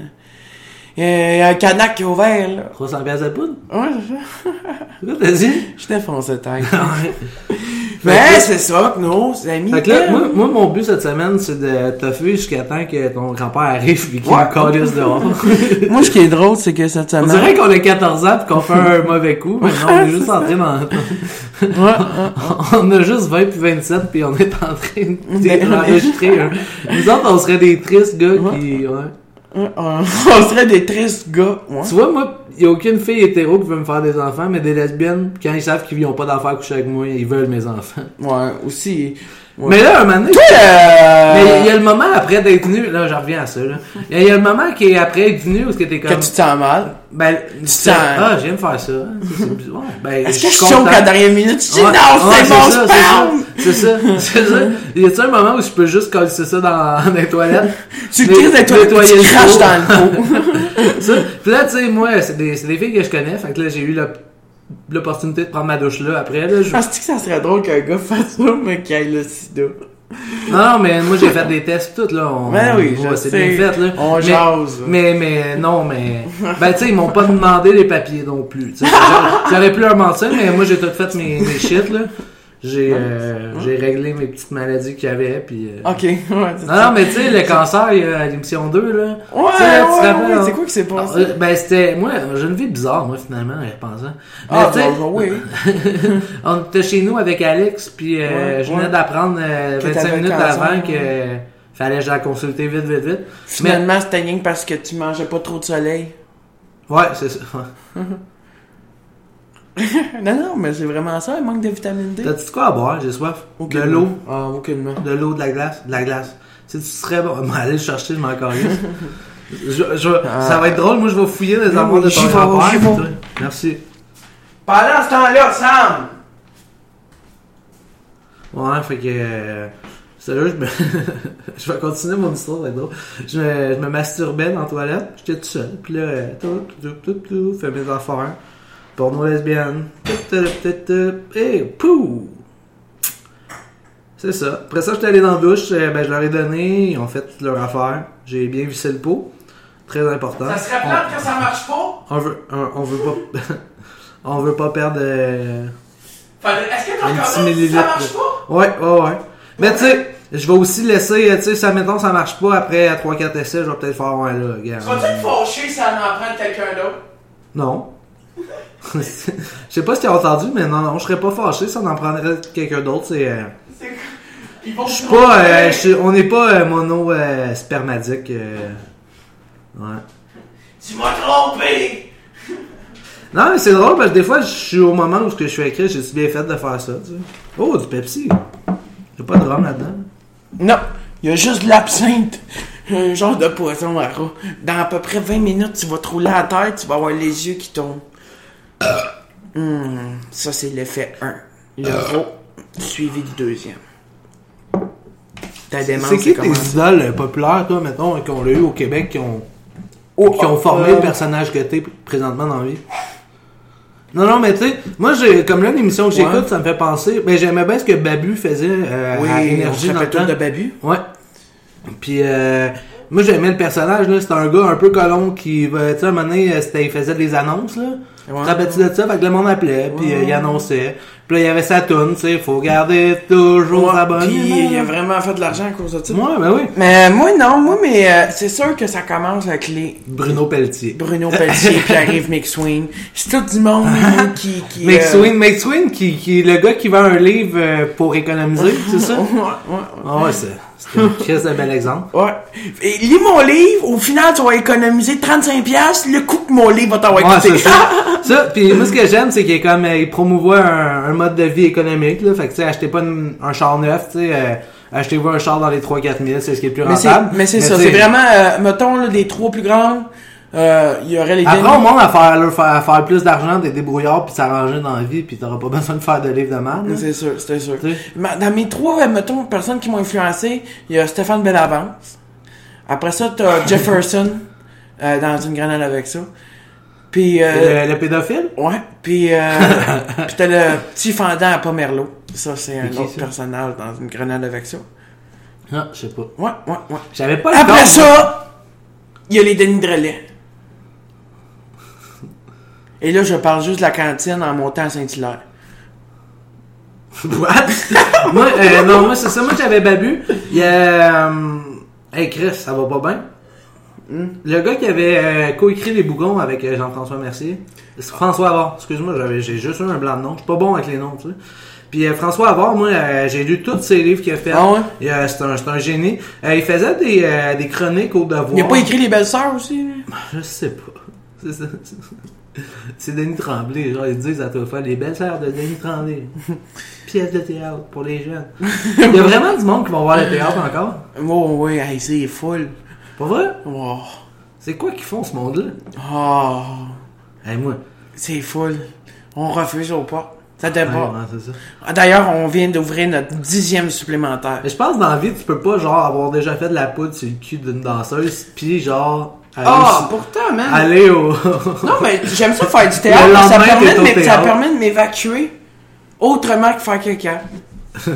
A: Il y a un canac qui est ouvert, là.
B: 300 piastres de poudre.
A: Ouais, c'est ça.
B: C'est quoi, t'as dit?
A: Je défonce
B: [laughs]
A: tête.
B: Fait
A: Mais
B: que-
A: c'est ça que nos amis.
B: Fait que là,
A: aiment.
B: moi, moi, mon but cette semaine, c'est de toffer jusqu'à temps que ton grand-père arrive pis qu'il
A: Ouais.
B: me
A: [laughs]
B: calisse dehors.
A: Moi, ce qui est drôle, c'est que cette
B: On
A: semaine.
B: dirait qu'on a 14 ans pis qu'on fait un mauvais coup, mais non, on est juste en train d'en...
A: Ouais, hein.
B: On a juste 20 puis 27 puis on est en train
A: Mais-
B: d'enregistrer un. Nous autres, on serait des tristes gars qui... ouais.
A: Ouais, [laughs] on on serait des tristes gars. Ouais.
B: Tu vois, moi, il a aucune fille hétéro qui veut me faire des enfants, mais des lesbiennes, quand ils savent qu'ils n'ont pas d'enfants à coucher avec moi, ils veulent mes enfants.
A: Ouais, aussi. Ouais.
B: Mais là, un moment donné,
A: Euh,
B: mais il y a le moment après d'être nu, là, j'en reviens à ça, là. Il y, a le moment qui est après être nu, où est-ce que t'es
A: Que
B: comme...
A: tu te sens mal.
B: Ben, tu
A: sens-
B: Ah, j'aime faire ça. hein. C'est- c'est bizarre. Ben,
A: Est-ce que
B: suis
A: je choque
B: content.
A: à la dernière minute? Tu dis
B: Ouais,
A: non,
B: ouais,
A: c'est mon
B: ça, c'est ça,
A: sperme!
B: C'est ça, c'est ça. Y a-tu un moment où je peux juste coller ça dans, dans les toilettes?
A: Tu
B: Mais-
A: crises dans les toilettes,
B: nettoyer
A: tu
B: le
A: craches
B: dos. [laughs]
A: dans le pot.
B: Ça, Puis là, tu sais, moi, c'est des, c'est des filles que je connais, fait que là, j'ai eu l'op- l'opportunité de prendre ma douche là après. Là, je-
A: Penses-tu que ça serait drôle qu'un gars fasse ça, mais qu'il aille le sida?
B: Non, mais moi, j'ai fait des tests tout, là. On,
A: Ben oui,
B: ouais,
A: je
B: c'est
A: sais.
B: bien fait, là.
A: On
B: mais,
A: jase.
B: Mais, mais, non, mais... Ben, tu sais, ils m'ont pas demandé les papiers non plus. tu sais. J'aurais- J'aurais pu leur mentir, mais moi, j'ai tout fait mes, mes shit, là. J'ai euh, j'ai réglé mes petites maladies qu'il y avait, puis... euh,
A: Ok, ouais, c'est
B: Non, non, mais tu sais, le cancer, il y a à l'émission 2, là.
A: Ouais,
B: Tu sais, là, tu te
A: ouais,
B: rappelles,
A: ouais,
B: hein?
A: c'est quoi qui s'est passé?
B: Euh, ben, c'était. Moi, j'ai une vie bizarre, moi, finalement, en y repensant. Mais,
A: Ah,
B: tu sais,
A: bah, oui.
B: on était chez nous avec Alex, puis euh,
A: Ouais,
B: je venais
A: ouais.
B: d'apprendre euh,
A: Que
B: 25
A: t'avais
B: minutes
A: le cancer,
B: avant
A: ouais.
B: que euh, fallait que j'aille consulter vite, vite, vite.
A: Finalement, c'était rien que parce que tu mangeais pas trop de soleil.
B: Ouais, c'est ça.
A: Non, non, mais c'est vraiment ça, il manque de vitamine D.
B: T'as-tu de quoi à boire? J'ai soif.
A: Aucune-
B: De l'eau.
A: Ah, aucunement.
B: De l'eau, de la glace. De la glace. Si tu serais bon, [laughs] ben, allez le chercher, je m'en calisse. Je, je, Ça va être drôle, moi je vais fouiller les
A: Ah. Oui,
B: armoires de
A: oui,
B: ton
A: j'y vais,
B: grand-père,
A: j'y
B: puis
A: vais.
B: toi. Merci.
A: Pendant ce temps-là, Sam!
B: Ouais, fait que. euh, Sérieux, je, me... [laughs] je vais continuer mon histoire, ça va être drôle. Je me, je me masturbais dans la toilette, j'étais tout seul. Puis là, euh, tout, tout, tout, tout, fais mes affaires. Porno lesbienne. Tout, tout, tout, tout, Et pou! C'est ça. Après ça, j'étais allé dans la douche, euh, ben, je leur ai donné, ils ont fait leur affaire. J'ai bien vissé le pot. Très important. On-
A: que ça marche pas?
B: on, veut, on, on veut pas. [laughs] on veut pas perdre. euh,
A: Est-ce que
B: un petit millilitre. Ouais, ouais, ouais. Mais tu sais, je vais aussi laisser, euh, tu sais, ça mettons ça marche pas après 3-4 essais, je vais peut-être faire un là, regarde.
A: te fâcher si ça en prend quelqu'un d'autre?
B: Non. [laughs] Je sais pas si t'as entendu, mais non, non, je serais pas fâché si on en prendrait quelqu'un d'autre, c'est... euh,
A: Ils vont
B: Je suis pas... euh, je suis- on n'est pas euh, mono euh, spermatique. euh, Ouais.
A: Tu m'as trompé!
B: Non, mais c'est drôle parce que des fois, je suis au moment où ce que je suis écrit, j'ai bien fait de faire ça, tu sais. Oh, du Pepsi! J'ai pas de rhum là-dedans.
A: Non, il y a juste de l'absinthe. Un genre de poison à roux. Dans à peu près 20 minutes, tu vas te rouler à terre, tu vas avoir les yeux qui tombent. Hmm, ça, c'est l'effet 1. Le
B: Euh.
A: roux, suivi du deuxième. Ta démence,
B: C'est qui
A: comment?
B: tes idoles euh, populaires, toi, mettons, qu'on l'a eu au Québec, qui ont,
A: Oh,
B: qui ont
A: oh,
B: formé
A: euh,
B: le personnage que t'es présentement dans la vie? Non, non, mais tu sais, moi, j'ai, comme là, l'émission que j'écoute,
A: Ouais.
B: ça me fait penser. Ben, j'aimais bien ce que Babu faisait euh,
A: Oui,
B: à
A: énergie
B: Énergie dans le temps.
A: de Babu.
B: Ouais. Puis, euh, moi, j'aimais le personnage, là. C'était un gars un peu colon qui, euh, tu sais, à un moment donné, euh, c'était- il faisait des annonces, là.
A: Ouais.
B: Ça battu de ça, fait que le monde appelait, puis euh, il annonçait. Puis là, il y avait sa tune, tu sais, faut garder toujours sa bonne.
A: Puis il a vraiment fait de l'argent à cause de ça.
B: Ouais, ben oui.
A: Mais moi, non, moi, mais euh, c'est sûr que ça commence avec les
B: Bruno Pelletier.
A: Bruno Pelletier,
B: [laughs]
A: puis arrive McSwing. C'est tout du monde,
B: Ah.
A: moi, qui. qui
B: Mike
A: euh,
B: Swin, Mike Swin, qui, qui est le gars qui vend un livre euh, pour économiser, c'est ça?
A: [laughs] Ouais, ouais,
B: Ah ouais, c'est c'est une pièce de bel exemple.
A: ouais. Et lis mon livre, au final, tu vas économiser 35$, le coût que mon livre va t'avoir
B: Ouais,
A: coûté.
B: c'est ça. [laughs] ça. Puis moi, ce que j'aime, c'est qu'il est comme, euh, il promouvoit un, un mode de vie économique, là. Fait que, tu sais, achetez pas une- un char neuf, tu sais, euh, achetez-vous un char dans les 3-4 000, c'est ce qui est le plus
A: [laughs] Mais c'est,
B: rentable.
A: mais c'est ça,
B: tu
A: c'est
B: sais,
A: vraiment, euh, mettons, là, les trois plus grandes, euh, il y aurait les
B: Après, au monde à faire, leur faire, à faire plus d'argent, des débrouillards, puis s'arranger dans la vie, puis t'auras pas [laughs] besoin de faire de livres de merde. là.
A: C'est sûr, c'était sûr.
B: Tu sais.
A: Ma- Dans mes trois, euh, mettons, personnes qui m'ont influencé, il y a Stéphane Bellavance. Après ça,
B: [laughs]
A: t'as Jefferson, euh, dans une grenade avec ça. Puis, euh,
B: Le, le pédophile?
A: ouais, puis, euh,
B: [laughs]
A: puis t'as le petit fendant à Pomerleau. Ça, c'est un
B: qui,
A: autre
B: ça?
A: personnage dans une grenade avec ça.
B: Non, je sais pas.
A: Ouais, ouais, ouais.
B: J'avais pas le
A: Après
B: temps, moi.
A: ça, il y a les Denis Drolet. Et là, je parle juste de la cantine en montant à Saint-Hilaire.
B: What? moi, euh, non, moi, c'est ça. Moi, j'avais babu. Il y a... Euh, hey, Chris, ça va pas bien?
A: Hmm?
B: Le gars qui avait euh, coécrit Les Bougons avec euh, Jean-François Mercier. C'est François Avard. Excuse-moi, j'avais- j'ai juste eu un blanc de nom. Je suis pas bon avec les noms, tu sais. Puis euh, François Avard, moi, euh, j'ai lu tous ses livres qu'il a fait.
A: Ah ouais?
B: Et, euh, c'est un, c'est un génie. Euh, il faisait des, euh, des chroniques au devoir.
A: Il a pas écrit Les Belles-Sœurs aussi, lui?
B: Je sais pas. [laughs] C'est ça. C'est Denis Tremblay. Genre, ils disent à toi faire les belles sœurs de Denis
A: [laughs]
B: Tremblay. Pièce de théâtre pour les jeunes. Il y a vraiment du monde qui va voir le théâtre encore.
A: Oh oui, hey, c'est full.
B: Pas vrai?
A: Oh,
B: C'est quoi qu'ils font ce monde-là?
A: oh,
B: Eh moi.
A: c'est full. On refuse aux portes. Ça
B: Ouais,
A: dépend.
B: ouais, c'est ça.
A: Ah, D'ailleurs, on vient d'ouvrir notre dixième supplémentaire.
B: Mais je pense que dans la vie, tu peux pas genre avoir déjà fait de la poudre sur le cul d'une danseuse, puis genre aller,
A: Ah,
B: au-
A: pourtant, man.
B: aller au. [laughs]
A: Non, mais j'aime ça faire du théâtre.
B: Le
A: parce que Ça
B: lendemain,
A: permet,
B: t'es
A: de
B: au
A: m'é- ça
B: théâtre.
A: permet de m'évacuer autrement que faire caca.
B: Ah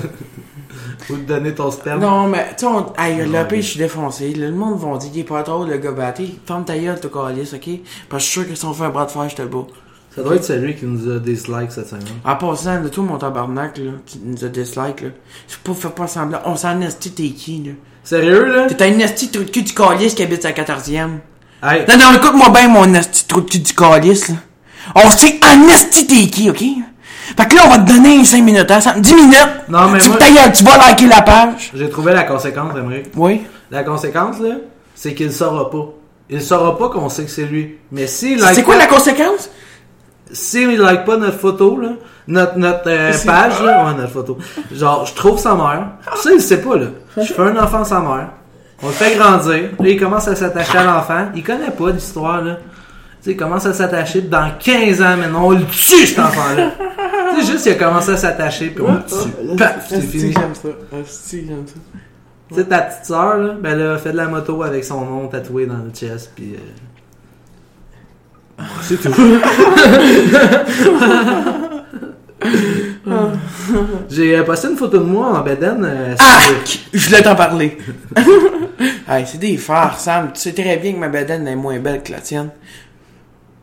B: Ou te donner ton sperme.
A: Non, mais tu sais, on... hey,
B: Ah
A: le pays, je suis défoncé. Le monde va dire qu'il est pas trop le gars batté. Ferme ta gueule, t'as calice, ok? Parce que je suis sûr que si on fait un bras de fer, je te bats.
B: Ça doit être celui qui nous a dislike cette semaine.
A: En passant, de tout mon tabarnak, là, qui nous a dislike, là. Je peux faire pas semblant. On s'en esti, t'es qui, là?
B: Sérieux là?
A: T'es un esti trou de cul du calice qui habite sa 14e.
B: Hey,
A: Non, non, écoute-moi bien, mon esti trou de cul du calice, là. On sait en esti t'es qui, ok? Fait que là, on va te donner 5 minutes, hein? 10 minutes!
B: Non, mais
A: tu,
B: moi-
A: ta gueule, tu vas liker la page.
B: j'ai trouvé la conséquence, Émeric.
A: Oui.
B: La conséquence, là, c'est qu'il saura pas. Il saura pas qu'on sait que c'est lui. Mais s'il like,
A: C'est quoi
B: pas,
A: la conséquence?
B: s'il like pas notre photo, là, notre, notre
A: [laughs]
B: euh,
A: C'est-
B: page, là, ouais, notre photo. Genre, je trouve sa mère. Ça, il sait pas, là. Je fais un enfant à sa mère. On le fait grandir. Là, il commence à s'attacher à l'enfant. Il connaît pas l'histoire, là. Tu sais, il commence à s'attacher. puis Dans 15 ans, maintenant, on le tue, cet enfant-là. tu sais, juste, il a commencé à s'attacher, puis on le
A: Ah,
B: tue. Paf, c'est fini.
A: ça. Ah, Esti, j'aime ça.
B: Tu sais, ta petite sœur, là, ben là, fait de la moto avec son nom tatoué dans le chest, puis... euh, C'est
A: [laughs]
B: tout. J'ai euh, posté une photo de moi en bedaine. euh, sur-
A: Arc! Ah! Je voulais t'en parler. [laughs] hey, c'est des farces, Sam. Tu sais très bien que ma bedaine est moins belle que la tienne.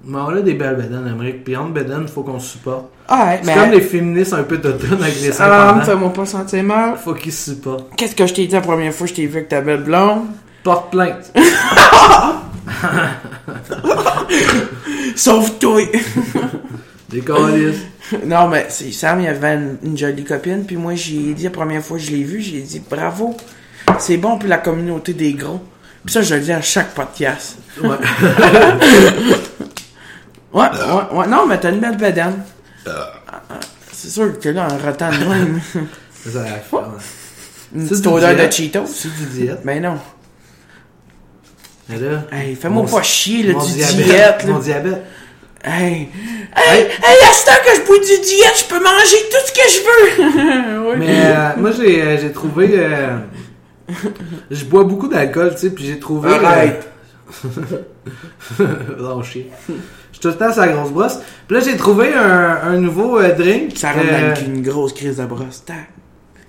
B: Mais on a des belles bedaines, Amérique. Puis entre bedaines, faut qu'on se supporte.
A: Ah, ouais,
B: C'est
A: mais...
B: comme les féministes un peu d'automne avec les 50
A: Ah, me
B: ans.
A: fais-moi pas sentir mal.
B: Faut qu'ils se supportent.
A: Qu'est-ce que je t'ai dit la première fois que je t'ai vu avec ta belle blonde?
B: Porte plainte.
A: Sauve-toi!
B: Des colis.
A: non, mais c'est Sam, il avait une, une jolie copine, puis moi, j'ai dit la première fois que je l'ai vue, j'ai dit bravo. C'est bon pour la communauté des gros. Puis ça, je le dis à chaque podcast.
B: Ouais.
A: Ouais, ouais, ouais. Non, mais t'as une belle bedaine. Ah, ah, C'est sûr que là, en rotant de même,
B: Ça, ouais.
A: une
B: hein. C'est
A: petite
B: du
A: odeur de
B: diète.
A: Cheetos.
B: C'est du diète.
A: Ben non.
B: Mais là...
A: Hey, fais-moi
B: mon-
A: pas chier, là,
B: mon
A: du
B: diabète-
A: diète, là.
B: Mon diabète.
A: Hey. Hey, hey, à ce temps que je bois du diète, je peux manger tout ce que je
B: [laughs]
A: veux. Oui.
B: Mais euh, moi, j'ai, euh, j'ai trouvé. euh, je bois beaucoup d'alcool, tu sais, puis j'ai trouvé. euh,
A: Arrête.
B: [laughs] non, chier. Je suis tout le temps sur la grosse brosse. Puis là, j'ai trouvé un, un nouveau euh, drink.
A: Ça rentre dans
B: Euh,
A: le cul, une grosse crise de brosse. Tac.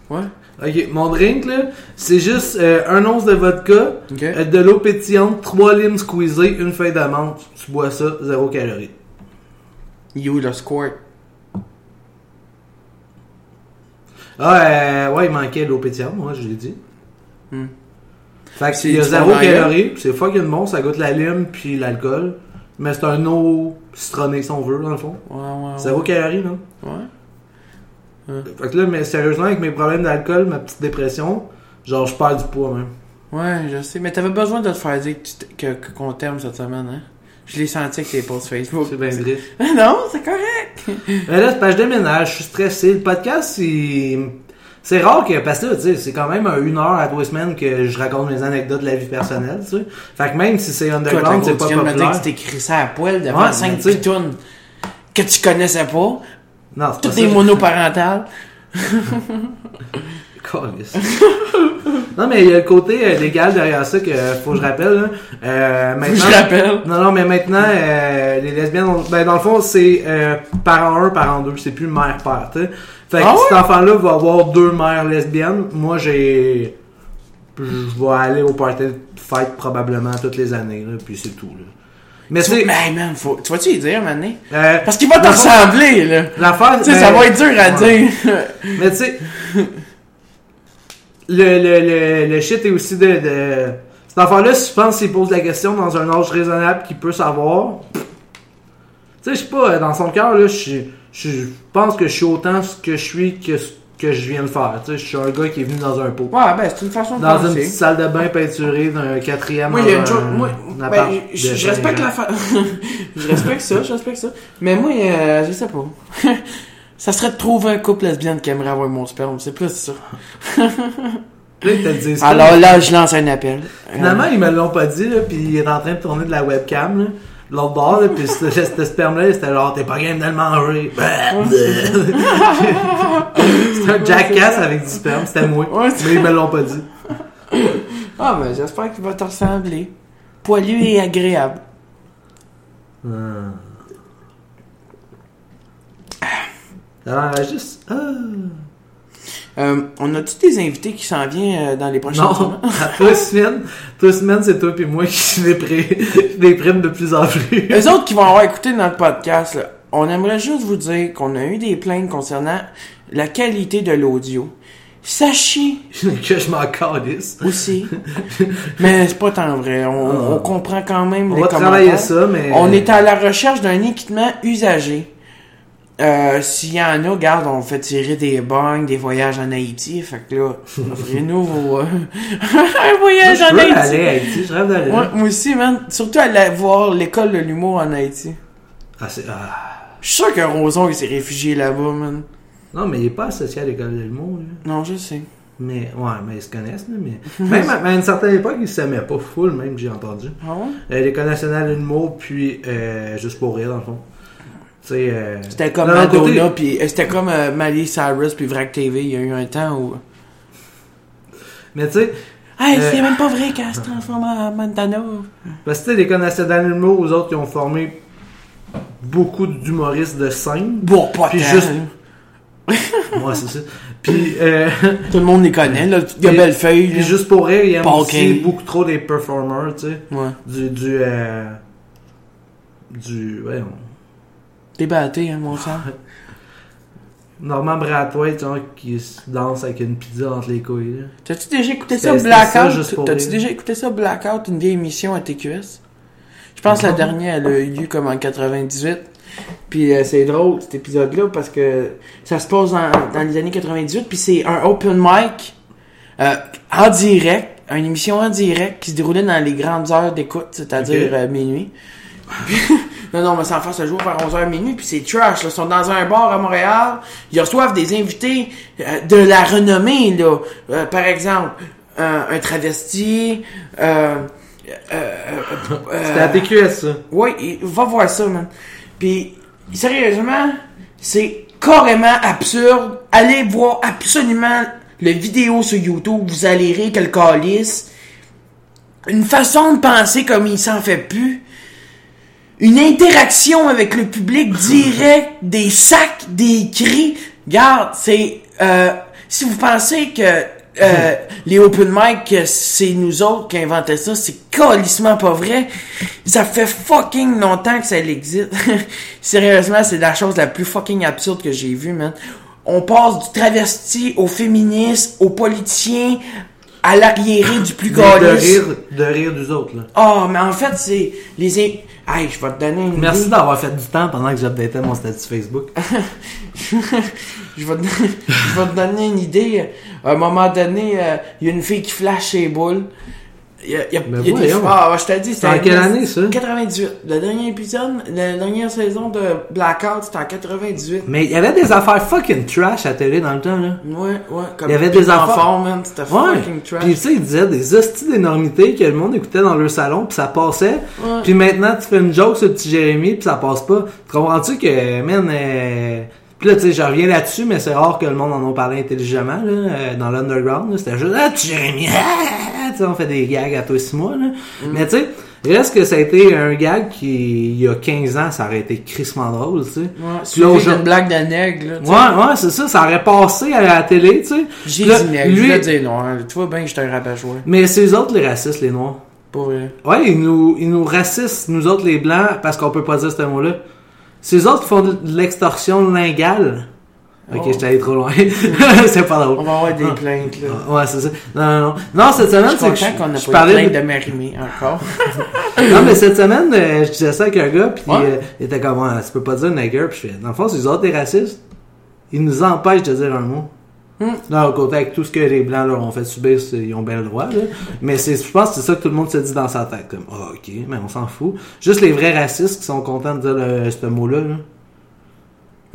A: Ouais.
B: Ok, mon drink, là, c'est juste euh, un once de vodka,
A: Ok.
B: euh, de l'eau pétillante, trois limes squeezées, une feuille d'amande. Tu bois ça, zéro calorie.
A: Il est où le squirt?
B: Ah, euh, ouais, il manquait de l'eau pétillante, moi, je l'ai dit.
A: Hmm.
B: Fait que
A: C'est
B: il y a
A: du
B: zéro
A: bon dans la
B: calorie, c'est fucking bon, ça goûte la lime puis l'alcool. Mais c'est un eau citronnée, si on veut, dans le fond.
A: Ouais, Ah ouais, ouais.
B: Zéro calorie, non?
A: Ouais.
B: Fait que là, mais sérieusement, avec mes problèmes d'alcool, ma petite dépression, genre, je perds du poids, même.
A: Ouais, je sais. Mais t'avais besoin de te faire dire que tu t- que- que- qu'on t'aime cette semaine, hein? Je l'ai senti avec tes posts Facebook.
B: C'est bien vrai.
A: Ah [laughs] non, c'est correct.
B: Mais là, c'est parce que je déménage, je suis stressé. Le podcast, c'est. C'est rare que. Parce que là, tu sais, c'est quand même à une heure à deux semaines que je raconte mes anecdotes de la vie personnelle, tu sais. Fait que même si c'est underground, c'est pas
A: tu viens de me dire que
B: populaire.
A: tu t'écris ça à poil devant
B: Ouais, mais
A: 5
B: tu sais-
A: pitounes que tu connaissais pas.
B: Non, c'est pas
A: Toutes
B: ça.
A: des
B: [laughs]
A: monoparentales.
B: Calisse. non, mais il y a le côté euh, légal derrière ça que euh, faut que je rappelle, là. Euh, maintenant.
A: [laughs] Je rappelle.
B: Non, non, mais maintenant, euh, les lesbiennes, ont- ben, dans le fond, c'est euh, parent 1, parent 2, c'est plus mère-père, tu sais. Fait que
A: Ah
B: cet enfant-là va avoir deux mères lesbiennes. Moi, j'ai. Je vais aller au party de fête probablement toutes les années, là, puis c'est tout, là. Mais
A: Tu vois,
B: c'est.
A: mais hey, man, faut... tu vas-tu y dire, mané?
B: euh,
A: Parce qu'il va te
B: dans le fond,
A: ressembler, là.
B: L'affaire.
A: Tu sais,
B: ben,
A: ça va être dur à
B: ouais.
A: dire. [laughs]
B: Mais tu sais, le, le, le, le shit est aussi de. de... Cet enfant-là, si je pense qu'il pose la question dans un âge raisonnable qu'il peut savoir, pff, tu sais, je sais pas, euh, dans son cœur, là, je suis- je suis- je pense que je suis autant ce que je suis que ce que je viens de faire. Tu sais, je suis un gars qui est venu dans un pot.
A: Ouais, ben, c'est une façon de
B: Dans une
A: penser.
B: petite salle de bain peinturée d'un quatrième.
A: Moi,
B: dans
A: il y a
B: un-
A: une chose. Moi,
B: un appart
A: ben, je,
B: de
A: je
B: vingt
A: respecte
B: gens.
A: la fa... [laughs] je respecte ça, je respecte ça. Mais moi, euh, je sais pas. [laughs] ça serait de trouver un couple lesbienne qui aimerait avoir mon sperme. C'est plus ça.
B: Là, ils te le disent pas.
A: Alors là, je lance un appel.
B: Finalement, ils me l'ont pas dit, là, pis il est en train de tourner de la webcam, là, de l'autre bord, là, pis ce, ce sperme-là, c'était genre, t'es pas game de le [laughs] manger. c'était un jackass avec du sperme, c'était moi.
A: Ouais, c'est-
B: mais ils me l'ont pas dit.
A: Euh, Ah, ben, j'espère qu'il va te ressembler. Poilu et agréable. Ah.
B: Alors, juste, ah.
A: Euh, on a-tu des invités qui s'en viennent euh, dans les prochaines
B: Non,
A: semaines?
B: à trois semaines, trois semaines, c'est toi pis moi [laughs] qui les, pré- les prime de plus en plus. [laughs]
A: Les autres qui vont avoir écouté notre podcast, là, on aimerait juste vous dire qu'on a eu des plaintes concernant la qualité de l'audio. Sachez
B: que je m'en calisse. [laughs]
A: aussi. Mais c'est pas tant vrai. On, on comprend quand même
B: Ah. On
A: les
B: va
A: commentaires.
B: travailler ça, mais.
A: On est à la recherche d'un équipement usagé. Euh, S'il y en a, regarde, on fait tirer des bangs, des voyages en Haïti. Fait que là,
B: [laughs]
A: offrez-nous vos... euh, [laughs] un
B: Moi,
A: voyage
B: je
A: en
B: veux
A: Haïti.
B: aller à Haïti, je rêve d'aller.
A: Ouais, moi aussi, man. Surtout aller voir l'école de l'humour en Haïti.
B: Ah, c'est- ah.
A: Je suis sûr que Roson, il s'est réfugié là-bas, man.
B: Non, mais il est pas associé à l'école de l'humour, là.
A: Non, je sais.
B: Mais, ouais, mais ils se connaissent, là, mais... [laughs] Même à, à une certaine époque, ils s'aimaient pas full, même, j'ai entendu.
A: Ah ouais?
B: Euh, L'école nationale de l'humour, puis euh, Juste pour rire, dans le fond. Tu sais, euh...
A: C'était comme
B: d'un
A: Madonna,
B: côté-
A: puis euh, c'était comme euh, Miley Cyrus, puis Vrac TV, il y a eu un temps où...
B: Mais tu sais,
A: Hey,
B: Euh,
A: c'est même pas vrai qu'elle se transforme en Montana.
B: parce que tu sais, l'école nationale de l'humour, eux autres, ils ont formé beaucoup d'humoristes
A: [laughs]
B: de scène.
A: Bon, pas
B: Puis
A: tant,
B: juste-
A: hein.
B: Ouais, c'est ça. Puis, euh, [laughs]
A: Tout le monde les connaît, là. Il y a
B: Puis-
A: Bellefeuille,
B: puis
A: là.
B: Juste pour rire, ils aiment
A: Paul
B: aussi
A: King.
B: beaucoup trop des performers, tu sais.
A: Ouais.
B: Du... du euh, du... Ouais, on-
A: Débatté, hein, mon sang.
B: Norman Brathwaite, genre, qui se danse avec une pizza entre les couilles. là.
A: T'as-tu déjà écouté ça,
B: C'était- c'était ça, juste
A: Blackout?
B: pour
A: T'as-tu
B: rire.
A: déjà écouté ça, Blackout, une vieille émission à TQS? Je pense que la
B: Non.
A: dernière, elle a eu lieu comme en 98. Puis euh, c'est drôle, cet épisode-là, parce que ça se passe dans, dans les années 98, puis c'est un open mic euh, en direct, une émission en direct qui se déroulait dans les grandes heures d'écoute, c'est-à-dire
B: Ok.
A: euh, minuit. [laughs] Non, non, mais sans faire ce jour vers 11h minuit, puis c'est trash, là. Ils sont dans un bar à Montréal, ils reçoivent des invités euh, de la renommée, là. Euh, par exemple, euh, un travesti, euh, euh, euh, euh,
B: C'était à TQS, ça.
A: ouais, il- va voir ça, man. Puis, sérieusement, c'est carrément absurde. Allez voir absolument le vidéo sur YouTube, vous allez rire que le calice. Une façon de penser comme il s'en fait plus. Une interaction avec le public direct, des sacs, des cris. Garde, c'est... euh, si vous pensez que euh, les open mic, euh, c'est nous autres qui inventaient ça, c'est colissement pas vrai. Ça fait fucking longtemps que ça existe. [laughs] Sérieusement, c'est la chose la plus fucking absurde que j'ai vue, man. On passe du travesti au féministe, au politicien, à l'arriéré du plus
B: Mais de
A: gaulliste.
B: rire, de rire des autres, là.
A: Ah, mais en fait, c'est les... in- Hey, je vais te donner une idée.
B: Merci d'avoir fait du temps pendant que j'updatais mon statut Facebook.
A: [laughs] je, vais te, je vais te donner une idée. À un moment donné, euh, il y a une fille qui flash ses boules. Il y a, il y a-
B: Mais
A: il y a des...
B: voyons.
A: Ah, ouais, je t'ai dit.
B: C'est en quelle année, ça?
A: 98. Le dernier épisode, la dernière saison de Blackout, c'était en 98.
B: Mais il y avait des affaires fucking trash à télé dans le temps, là.
A: Ouais, ouais. Comme
B: Il y avait
A: Pete
B: des enfants.
A: Enfant, man. C'était
B: Ouais.
A: fucking trash.
B: Puis tu sais, ils disaient des hosties d'énormités que le monde écoutait dans leur salon, puis ça passait.
A: Ouais.
B: Puis maintenant, tu fais une joke sur le petit Jérémy, puis ça passe pas. Tu comprends-tu que, man, euh... Puis là, tu sais, je reviens là-dessus, mais c'est rare que le monde en a parlé intelligemment, là, euh, dans l'underground. là. C'était juste, ah, petit Jérémy, ah! Tu sais, on fait des gags à tous six mois, là.
A: Mm.
B: Mais tu sais, reste que ça a été un gag qui, il y a 15 ans, ça aurait été crissement drôle, tu sais.
A: Ouais,
B: Puis là,
A: suivi d'une
B: aujourd'hui-
A: blague de nègre, là. tu sais.
B: Ouais, ouais, c'est ça, ça aurait passé à la télé, tu sais.
A: J'ai
B: Puis là,
A: dit nègre, je
B: lui-
A: voulais dire noir. ben, Tu vois bien que j'étais un rabat-joie.
B: Mais c'est eux autres les racistes, les noirs.
A: Pour vrai.
B: Ouais, ils nous, ils nous racistes, nous autres les blancs, parce qu'on peut pas dire ce mot-là. C'est eux autres qui font de l'extorsion lingale. Ok,
A: Oh.
B: je suis allé trop loin. [laughs] c'est pas
A: On
B: drôle.
A: va avoir des plaintes, là.
B: Ouais, c'est ça. Non, non, non. Non, cette
A: Je
B: semaine,
A: suis
B: c'est que je,
A: content qu'on
B: je
A: a pas eu
B: parlais
A: plainte
B: de...
A: de Marimé encore. [laughs]
B: Non, mais cette semaine, euh, je disais ça avec un gars, puis
A: Ouais.
B: euh, il était comme, Ah, tu peux pas dire nigger, puis je fais, dans le fond, c'est eux autres les racistes. Ils nous empêchent de dire un mot.
A: Hmm.
B: Non, au côté avec tout ce que les Blancs leur ont fait subir, c'est- ils ont bien le droit. Là. Mais c'est, je pense que c'est ça que tout le monde se dit dans sa tête. Comme, ah, ok, mais on s'en fout. Juste les vrais racistes qui sont contents de dire le- ce mot-là. Là.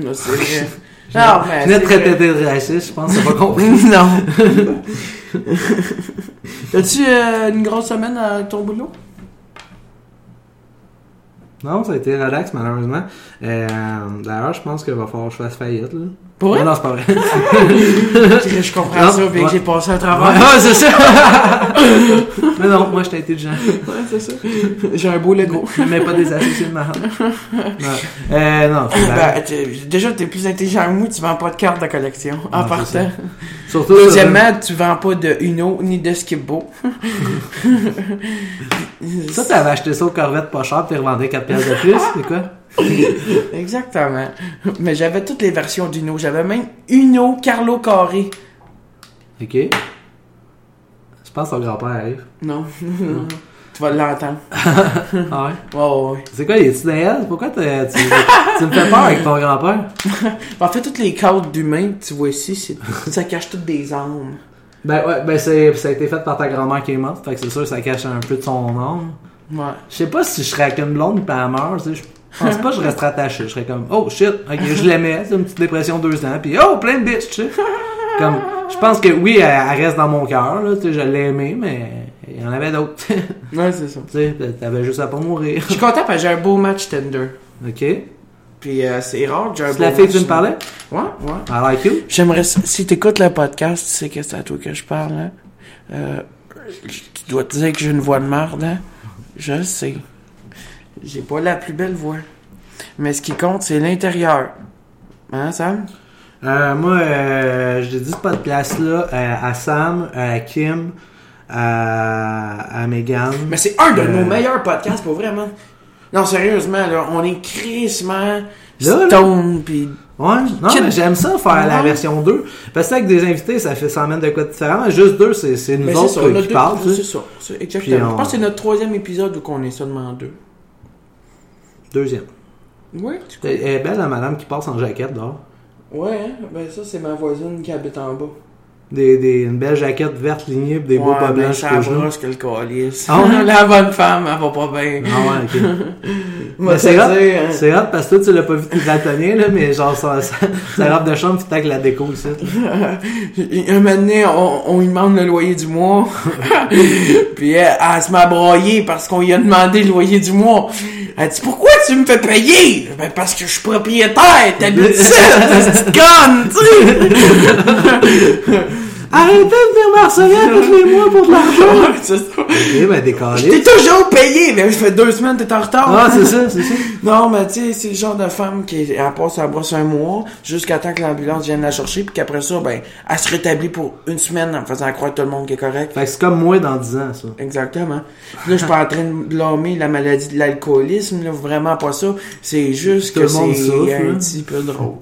A: Non, c'est [laughs] vrai. Non, mais.
B: Je venais
A: Ben,
B: de
A: c'est
B: traiter
A: vrai.
B: de raciste, je pense, c'est
A: [laughs]
B: pas compris.
A: Non. As-tu euh, une grosse semaine à ton boulot?
B: non, ça a été relax, malheureusement. Euh, d'ailleurs, je pense qu'il va falloir que je fasse faillite. Là.
A: Pour
B: Non,
A: vrai?
B: non, c'est pas vrai.
A: Je je comprends
B: Non,
A: ça, vu
B: ouais.
A: que j'ai passé un travail.
B: ah, c'est ça! mais non, moi, j'étais intelligent.
A: Ouais, c'est ça. [laughs] J'ai un beau Lego.
B: Je mets pas des associés de ma hand. Non, euh, non c'est vrai.
A: [laughs] Ben, t'es- déjà, t'es plus intelligent que moi, tu vends pas de cartes de collection. En
B: Non, c'est
A: partant.
B: Surtout sur-
A: Deuxièmement, tu vends pas de Uno ni de Skipbo.
B: Ça, t'avais acheté ça aux Corvette pas cher, puis revendais 4 pièces de plus, c'est quoi?
A: Exactement. Mais j'avais toutes les versions d'Uno. J'avais même Uno Carlo Carré.
B: Ok. Je pense que ton grand-père arrive.
A: Non. [laughs] tu vas l'entendre.
B: Ah ouais?
A: Ouais, ouais, ouais.
B: C'est quoi, il est-tu Noël? Pourquoi t'as- tu, tu me fais peur avec ton grand-père?
A: En fait, Bah, toutes les cartes d'humains que tu vois ici, [laughs] c'est- ça cache toutes des âmes.
B: Ben ouais, ben c'est, ça a été fait par ta grand-mère qui est morte, fait que c'est sûr que ça cache un peu de son âme.
A: Ouais.
B: Je sais pas si je serais avec une blonde pis elle meurt, tu sais, je pense pas que je resterais attaché. Je serais comme, oh shit, ok, je l'aimais, c'est une petite dépression deux ans, puis oh, plein de bitches, tu sais. Comme, je pense que oui, elle, elle reste dans mon cœur, là, tu sais, je l'ai aimée, mais il y en avait d'autres, [laughs] tu
A: Ouais, c'est ça.
B: sais, pis t'avais juste à pas mourir.
A: Je suis content parce que j'ai un beau match Tinder.
B: Ok? C'est
A: Puis euh, c'est rare que j'ai un beau
B: la
A: match.
B: fille que tu me parlais?
A: Ouais, ouais.
B: I like you.
A: J'aimerais, ça- si t'écoutes le podcast, tu sais que c'est à toi que je parle, hein. Euh, tu dois te dire que j'ai une voix de marde, hein. Je le sais. J'ai pas la plus belle voix. Mais ce qui compte, c'est l'intérieur. Hein, Sam?
B: Euh, moi, euh, j'ai dit ce podcast-là euh, à Sam, à Kim, à, à Megan.
A: Mais c'est un de
B: Euh.
A: nos meilleurs podcasts pour vraiment. Non, sérieusement, là, on est crissement
B: Là, là.
A: stone pis
B: Ouais, non,
A: Kid-
B: mais j'aime ça faire la
A: Ouais.
B: version 2. Parce que avec des invités, ça fait 100 mètres de quoi de différent. Juste deux, c'est, c'est nous
A: Mais
B: autres
A: c'est ça,
B: qui-
A: on a
B: qui
A: deux-
B: parlent. tu sais.
A: C'est ça, c'est exactement.
B: Puis on-
A: Je pense que c'est notre troisième épisode où qu'on est seulement deux.
B: Deuxième.
A: Ouais, tu
B: Elle est belle, la madame qui passe en jaquette dehors.
A: Ouais, hein? ben ça, c'est ma voisine qui habite en bas.
B: Des, des, une belle jaquette verte lignée pis des beaux
A: Ouais,
B: pas
A: ben,
B: blancs
A: ça
B: jusqu'aux genoux.
A: brosse que le calice.
B: Ah
A: [laughs]
B: ouais?
A: La bonne femme, elle va pas bien.
B: Ah ouais,
A: [laughs]
B: ok.
A: Moi,
B: mais
A: ça
B: c'est hot,
A: dit, hein.
B: c'est hot parce que toi tu l'as pas vu t'es daltonien là, mais genre sa, sa, sa robe de chambre pis tac la déco aussi.
A: Un moment donné, on, on lui demande le loyer du
B: [laughs]
A: mois. Puis elle, elle se met à broyer parce qu'on lui a demandé le loyer du mois. Elle dit Pourquoi tu me fais payer Ben parce que je suis
B: [laughs]
A: propriétaire, t'as dit ça, petite conne, tu sais.
B: Arrêtez de venir harceler à tous les mois pour de l'argent!
A: C'est ça.
B: Ok,
A: Je
B: ben
A: t'ai
B: décalé.
A: toujours payé, mais ça fait deux semaines que t'es en retard.
B: Ah, c'est ça, c'est ça.
A: Non, mais tu sais, c'est le genre de femme qui, elle passe la brosse un mois, jusqu'à temps que l'ambulance vienne la chercher, puis qu'après ça, ben, elle se rétablit pour une semaine en me faisant croire que tout le monde qui est correct.
B: Fait que c'est comme moi dans 10 ans, ça.
A: Exactement. Puis Là, je suis pas en train de blâmer la maladie de l'alcoolisme, là, vraiment pas ça. C'est juste
B: Tout
A: que
B: le monde souffre,
A: c'est un
B: hein.
A: petit peu drôle.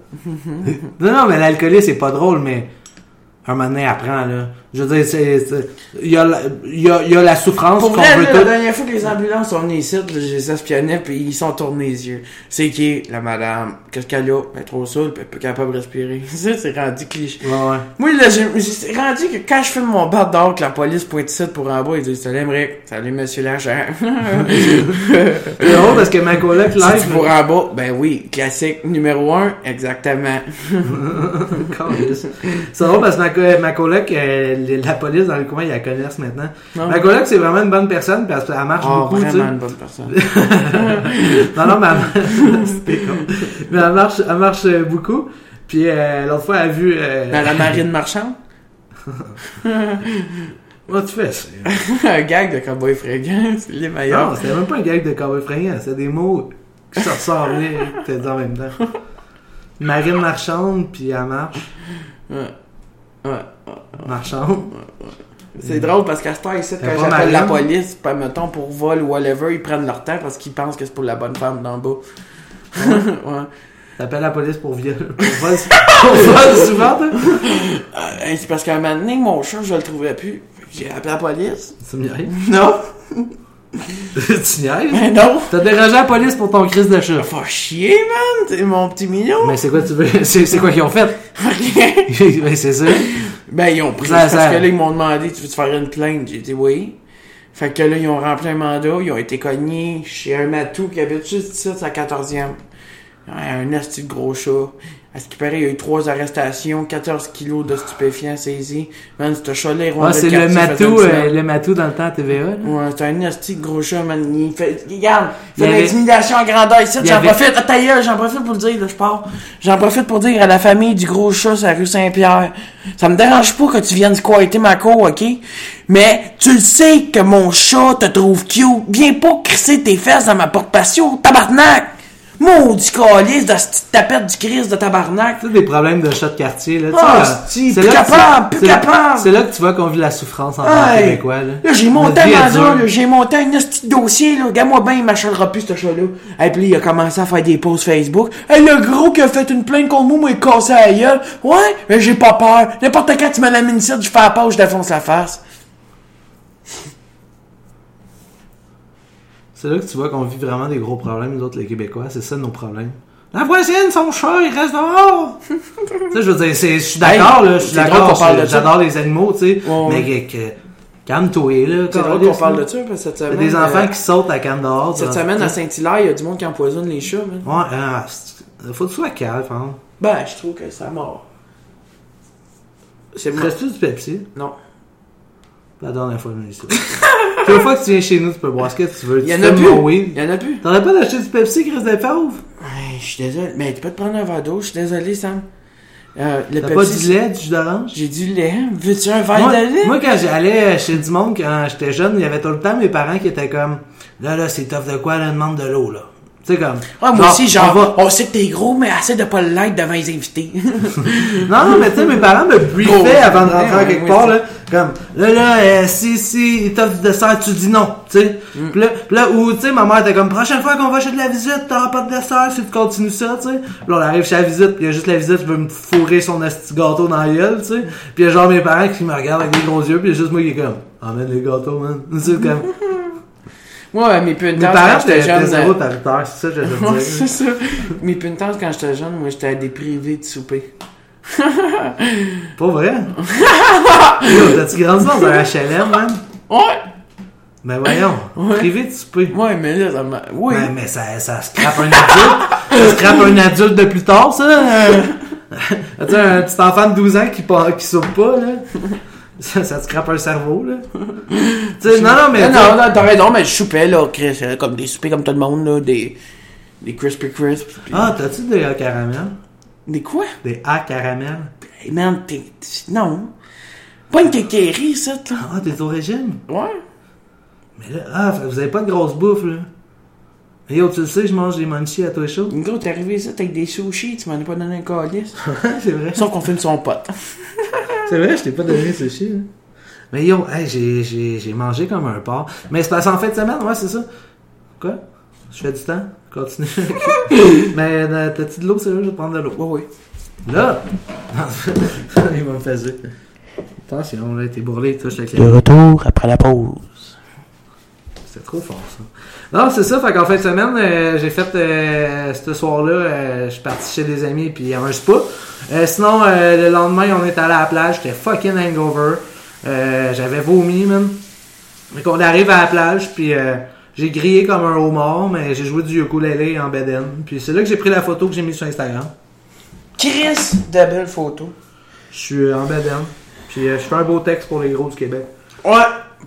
B: Non, non, mais l'alcoolisme, c'est pas drôle, mais un moment donné, apprends, là. Je veux dire, c'est, c'est- il y a la, il y a, il y a la souffrance
A: Pour
B: qu'on
A: vrai,
B: veut
A: là, la
B: tout.
A: dernière fois que les ambulances sont venues ici, là, je les espionnais, puis ils sont tournés les yeux. C'est qui, la madame? Qu'est-ce qu'elle a? Elle est trop saoule, puis elle est plus capable de respirer. [laughs] Ça, c'est rendu cliché.
B: Ouais, ouais.
A: Moi, là, j'ai j'ai- c'est rendu que quand je filme mon bar dehors, que la police pointe ici pour en bas, ils disent Salut, Rick. Salut, monsieur
B: [laughs]
A: l'agent.
B: C'est drôle parce que ma
A: [laughs]
B: coloc
A: Si tu
B: [laughs] live. hein.
A: pour en bas, ben oui, classique numéro un, exactement.
B: Calisse. c'est drôle parce que ma, co- ma coloc, euh, les- la police dans le coin, ils la connaissent maintenant.
A: Non.
B: Ma coloc, c'est vraiment une bonne personne parce qu'elle marche
A: Oh,
B: beaucoup, tu sais.
A: Ah. vraiment une bonne personne.
B: Non, non, mais [laughs] elle, c'était con. Mais elle marche, elle marche euh, beaucoup. Puis euh, l'autre fois, elle a vu. euh,
A: Dans la marine marchande, [laughs]
B: Oh, tu fais ça.
A: un gag de cowboy fringant, [laughs] c'est les
B: Non,
A: meilleurs.
B: c'était même pas un gag de cowboy fringant, c'était des mots qui
A: [laughs]
B: se ressemblaient, que t'as dit en même temps. Marine marchande, puis elle marche,
A: Ouais. Ouais.
B: marchande.
A: C'est drôle parce qu'à ce temps, ici,
B: T'as
A: quand
B: pas
A: j'appelle la
B: Marianne?
A: police, pas mettons pour vol ou whatever, ils prennent leur temps parce qu'ils pensent que c'est pour la bonne femme d'en bas. [laughs] ouais.
B: T'appelles la police pour viol. Pour vol,
A: [laughs]
B: pour vol souvent, toi?
A: Euh, c'est parce qu'à un moment donné, mon chat, je le trouvais plus. Fait que J'ai appelé la police.
B: Tu niaises.
A: Non.
B: [laughs] tu niaises?
A: Mais Ben non.
B: T'as dérangé la police pour ton crise de chat.
A: Faut chier, man. C'est mon petit mignon. [laughs]
B: Mais c'est quoi tu veux? [laughs] C'est c'est quoi qu'ils ont fait? [laughs] ben c'est ça.
A: ben, ils ont pris.
B: Ça,
A: parce
B: ça-
A: que là, ils m'ont demandé, tu veux te faire une plainte? J'ai dit oui. Fait que là, ils ont rempli un mandat. Ils ont été cognés chez un matou qui habite juste ici, sa 14e. Ouais, Un asti de gros chat. À ce qui paraît, il y a eu trois arrestations, 14 kilos de stupéfiants saisis. Man, ce chat-là, il rondait
B: Ah, c'est le
A: quartier, faisait
B: matou,
A: une
B: euh,
A: semaine.
B: le matou dans le temps à TVA, là.
A: Ouais, c'est un esti de gros chat, man. Il fait, regarde, il
B: Il y
A: fait
B: avait-
A: l'intimidation à grandeur ici.
B: Il y
A: J'en
B: avait-
A: profite, ah, ta gueule, j'en profite pour le dire, là, je pars. J'en profite pour dire à la famille du gros chat sur la rue Saint-Pierre. Ça me dérange pas que tu viennes squatter ma cour, ok? Mais, tu le sais que mon chat te trouve cute. Viens pas crisser tes fesses dans ma porte patio, tabarnak! Maudit calice de cette tapette du Christ de tabarnak.
B: Tu sais, des problèmes de chat de quartier, là. tu
A: Ah,
B: sais,
A: c'est-
B: là
A: plus
B: que tu-
A: capable, plus
B: c'est là-
A: capable.
B: C'est là que tu vois qu'on vit la souffrance en tant que
A: Hey!
B: Québécois, là.
A: Là, j'ai monté
B: Notre
A: un
B: vie est
A: mandat,
B: dure.
A: là, j'ai monté un petit dossier, là. Regarde-moi bien, il m'achètera plus, ce chat-là. Et puis, il a commencé à faire des posts Facebook. Hey, le gros qui a fait une plainte contre moi, moi, il cassé à la gueule. Ouais, mais j'ai pas peur. N'importe quand tu me l'amènes ici, je fais la pause, je défonce la face.
B: C'est là que tu vois qu'on vit vraiment des gros problèmes, nous autres, les Québécois. C'est ça, nos problèmes. La voisine, son chat, il reste dehors! tu sais, je veux dire, c'est- je suis d'accord,
A: Hey,
B: là. Je suis
A: c'est drôle
B: d'accord.
A: qu'on parle
B: je-
A: de ça.
B: J'adore les animaux, tu sais.
A: Ouais,
B: mais que. que- Calme-toi, là. calme-toi, là.
A: ça, parce que cette
B: Il y
A: semaine. euh,
B: a des enfants qui sautent à canne dehors.
A: Cette
B: tu vois.
A: semaine, à Saint-Hilaire, il y a du monde qui empoisonne les chats, man.
B: Ouais, ah, c'est- faut que tu sois calme, hein.
A: Ben, je trouve que ça mort. C'est mort.
B: Restes-tu du Pepsi?
A: Non.
B: La dernière fois, je suis [laughs] Une fois que tu viens chez nous, tu peux boire ce que tu veux.
A: Il
B: Tu
A: y en
B: fais
A: a
B: le
A: plus.
B: Moe.
A: Il y en a plus.
B: T'aurais pas d'acheter du Pepsi, Chris de Pauvre?
A: Ouais, je suis désolé. Mais tu peux te prendre un verre d'eau, je suis désolé, Sam. Euh, le
B: T'as pas
A: Pepsi,
B: du lait, du jus d'orange?
A: J'ai du lait. Veux-tu un verre
B: Moi,
A: de lait?
B: moi, quand j'allais chez du monde, quand j'étais jeune, il y avait tout le temps mes parents qui étaient comme, là, là, c'est tough de quoi, là, demande de l'eau, là. Tu sais, comme.
A: Ah, moi
B: Non,
A: aussi,
B: on va-
A: genre, on sait que t'es gros, mais essaie de pas le l'être devant les invités. [laughs]
B: Non, non, mais tu sais, mes parents me
A: Gros.
B: briefaient avant de rentrer à
A: Ouais,
B: quelque
A: ouais,
B: part,
A: ouais,
B: là. Comme, là, là, euh, si, si, ils t'offrent du dessert, tu dis non, tu sais.
A: Mm.
B: Puis là, puis là, ou, tu sais, ma mère était comme, prochaine fois qu'on va chez de la visite, t'auras pas de dessert si tu continues ça, tu sais. Puis là, on arrive chez la visite, puis il y a juste la visite, tu veux me fourrer son petit gâteau dans la gueule, tu sais. Puis il y a genre mes parents qui me regardent avec des gros yeux, puis il y a juste moi qui est comme, emmène les gâteaux, man. [laughs] Tu sais, comme,
A: moi, mes puntances,
B: mes
A: quand
B: parents,
A: j'étais
B: j'étais
A: jeune.
B: zéro
A: euh,
B: paritaire, c'est ça que j'allais
A: Ouais,
B: te
A: c'est
B: dire.
A: ça. Mes puntances, quand j'étais jeune, moi, j'étais à des privés de souper. [laughs]
B: Pas vrai? Yo, T'as-tu grandi dans un HLM, man?
A: Ouais!
B: Ben voyons,
A: Ouais.
B: privé de souper.
A: Ouais, mais là, ça m'a. Oui!
B: Mais, mais ça, ça scrape un adulte. ça scrape un adulte de plus tard, ça. [laughs] Euh, tu sais, un petit enfant de 12 ans qui, pa- qui soupe pas, là. Ça, ça te scrape un cerveau, là. Tu sais, non, non, mais.
A: non, non, non, t'as raison, mais je soupais, là, Chris, euh, comme des soupers comme tout le monde, là, des. Des Crispy Crisp.
B: Ah, t'as-tu des hauts caramel?
A: Des quoi?
B: Des A caramel?
A: Hey, man, t'es. t'es- Non! Pas une kékérie, ça, là.
B: Ah, t'es au régime?
A: Ouais.
B: Mais là, ah, fait que vous avez pas de grosse bouffe, là. Mais yo, tu le sais, je mange des munchies à toi
A: [laughs]
B: chaud.
A: Gros, t'es arrivé ça avec des sushis, tu m'en as pas donné un calice.
B: c'est vrai.
A: Sauf qu'on filme son pote.
B: C'est vrai, je t'ai pas donné ce chien. hein. Mais yo, hey, j'ai, j'ai, j'ai mangé comme un porc. Mais c'est parce qu'en fin de semaine, ouais, c'est ça. Quoi? Je fais du temps? [laughs] Continue. Mais euh, t'as-tu de l'eau, c'est vrai? Je vais prendre de l'eau.
A: Oui, oui.
B: Là! [laughs] Il va me faire zut. Attention, là, t'es bourré, touche la clé.
A: retour après la pause.
B: C'était trop fort, ça. Non, c'est ça. Fait qu'en fin de semaine, euh, j'ai fait... euh, ce soir-là, euh, je suis parti chez des amis, puis il y avait un spa. Euh, sinon, euh, le lendemain, on est allé à la plage. J'étais fucking hangover. Euh, J'avais vomi, man. Mais qu'on arrive à la plage, puis euh, j'ai grillé comme un homard, mais j'ai joué du ukulélé en beden. Puis c'est là que j'ai pris la photo que j'ai mise sur Instagram.
A: Chris, de belles photos.
B: Je suis euh, en beden. Puis euh, je fais un beau texte pour les gros du Québec.
A: Ouais.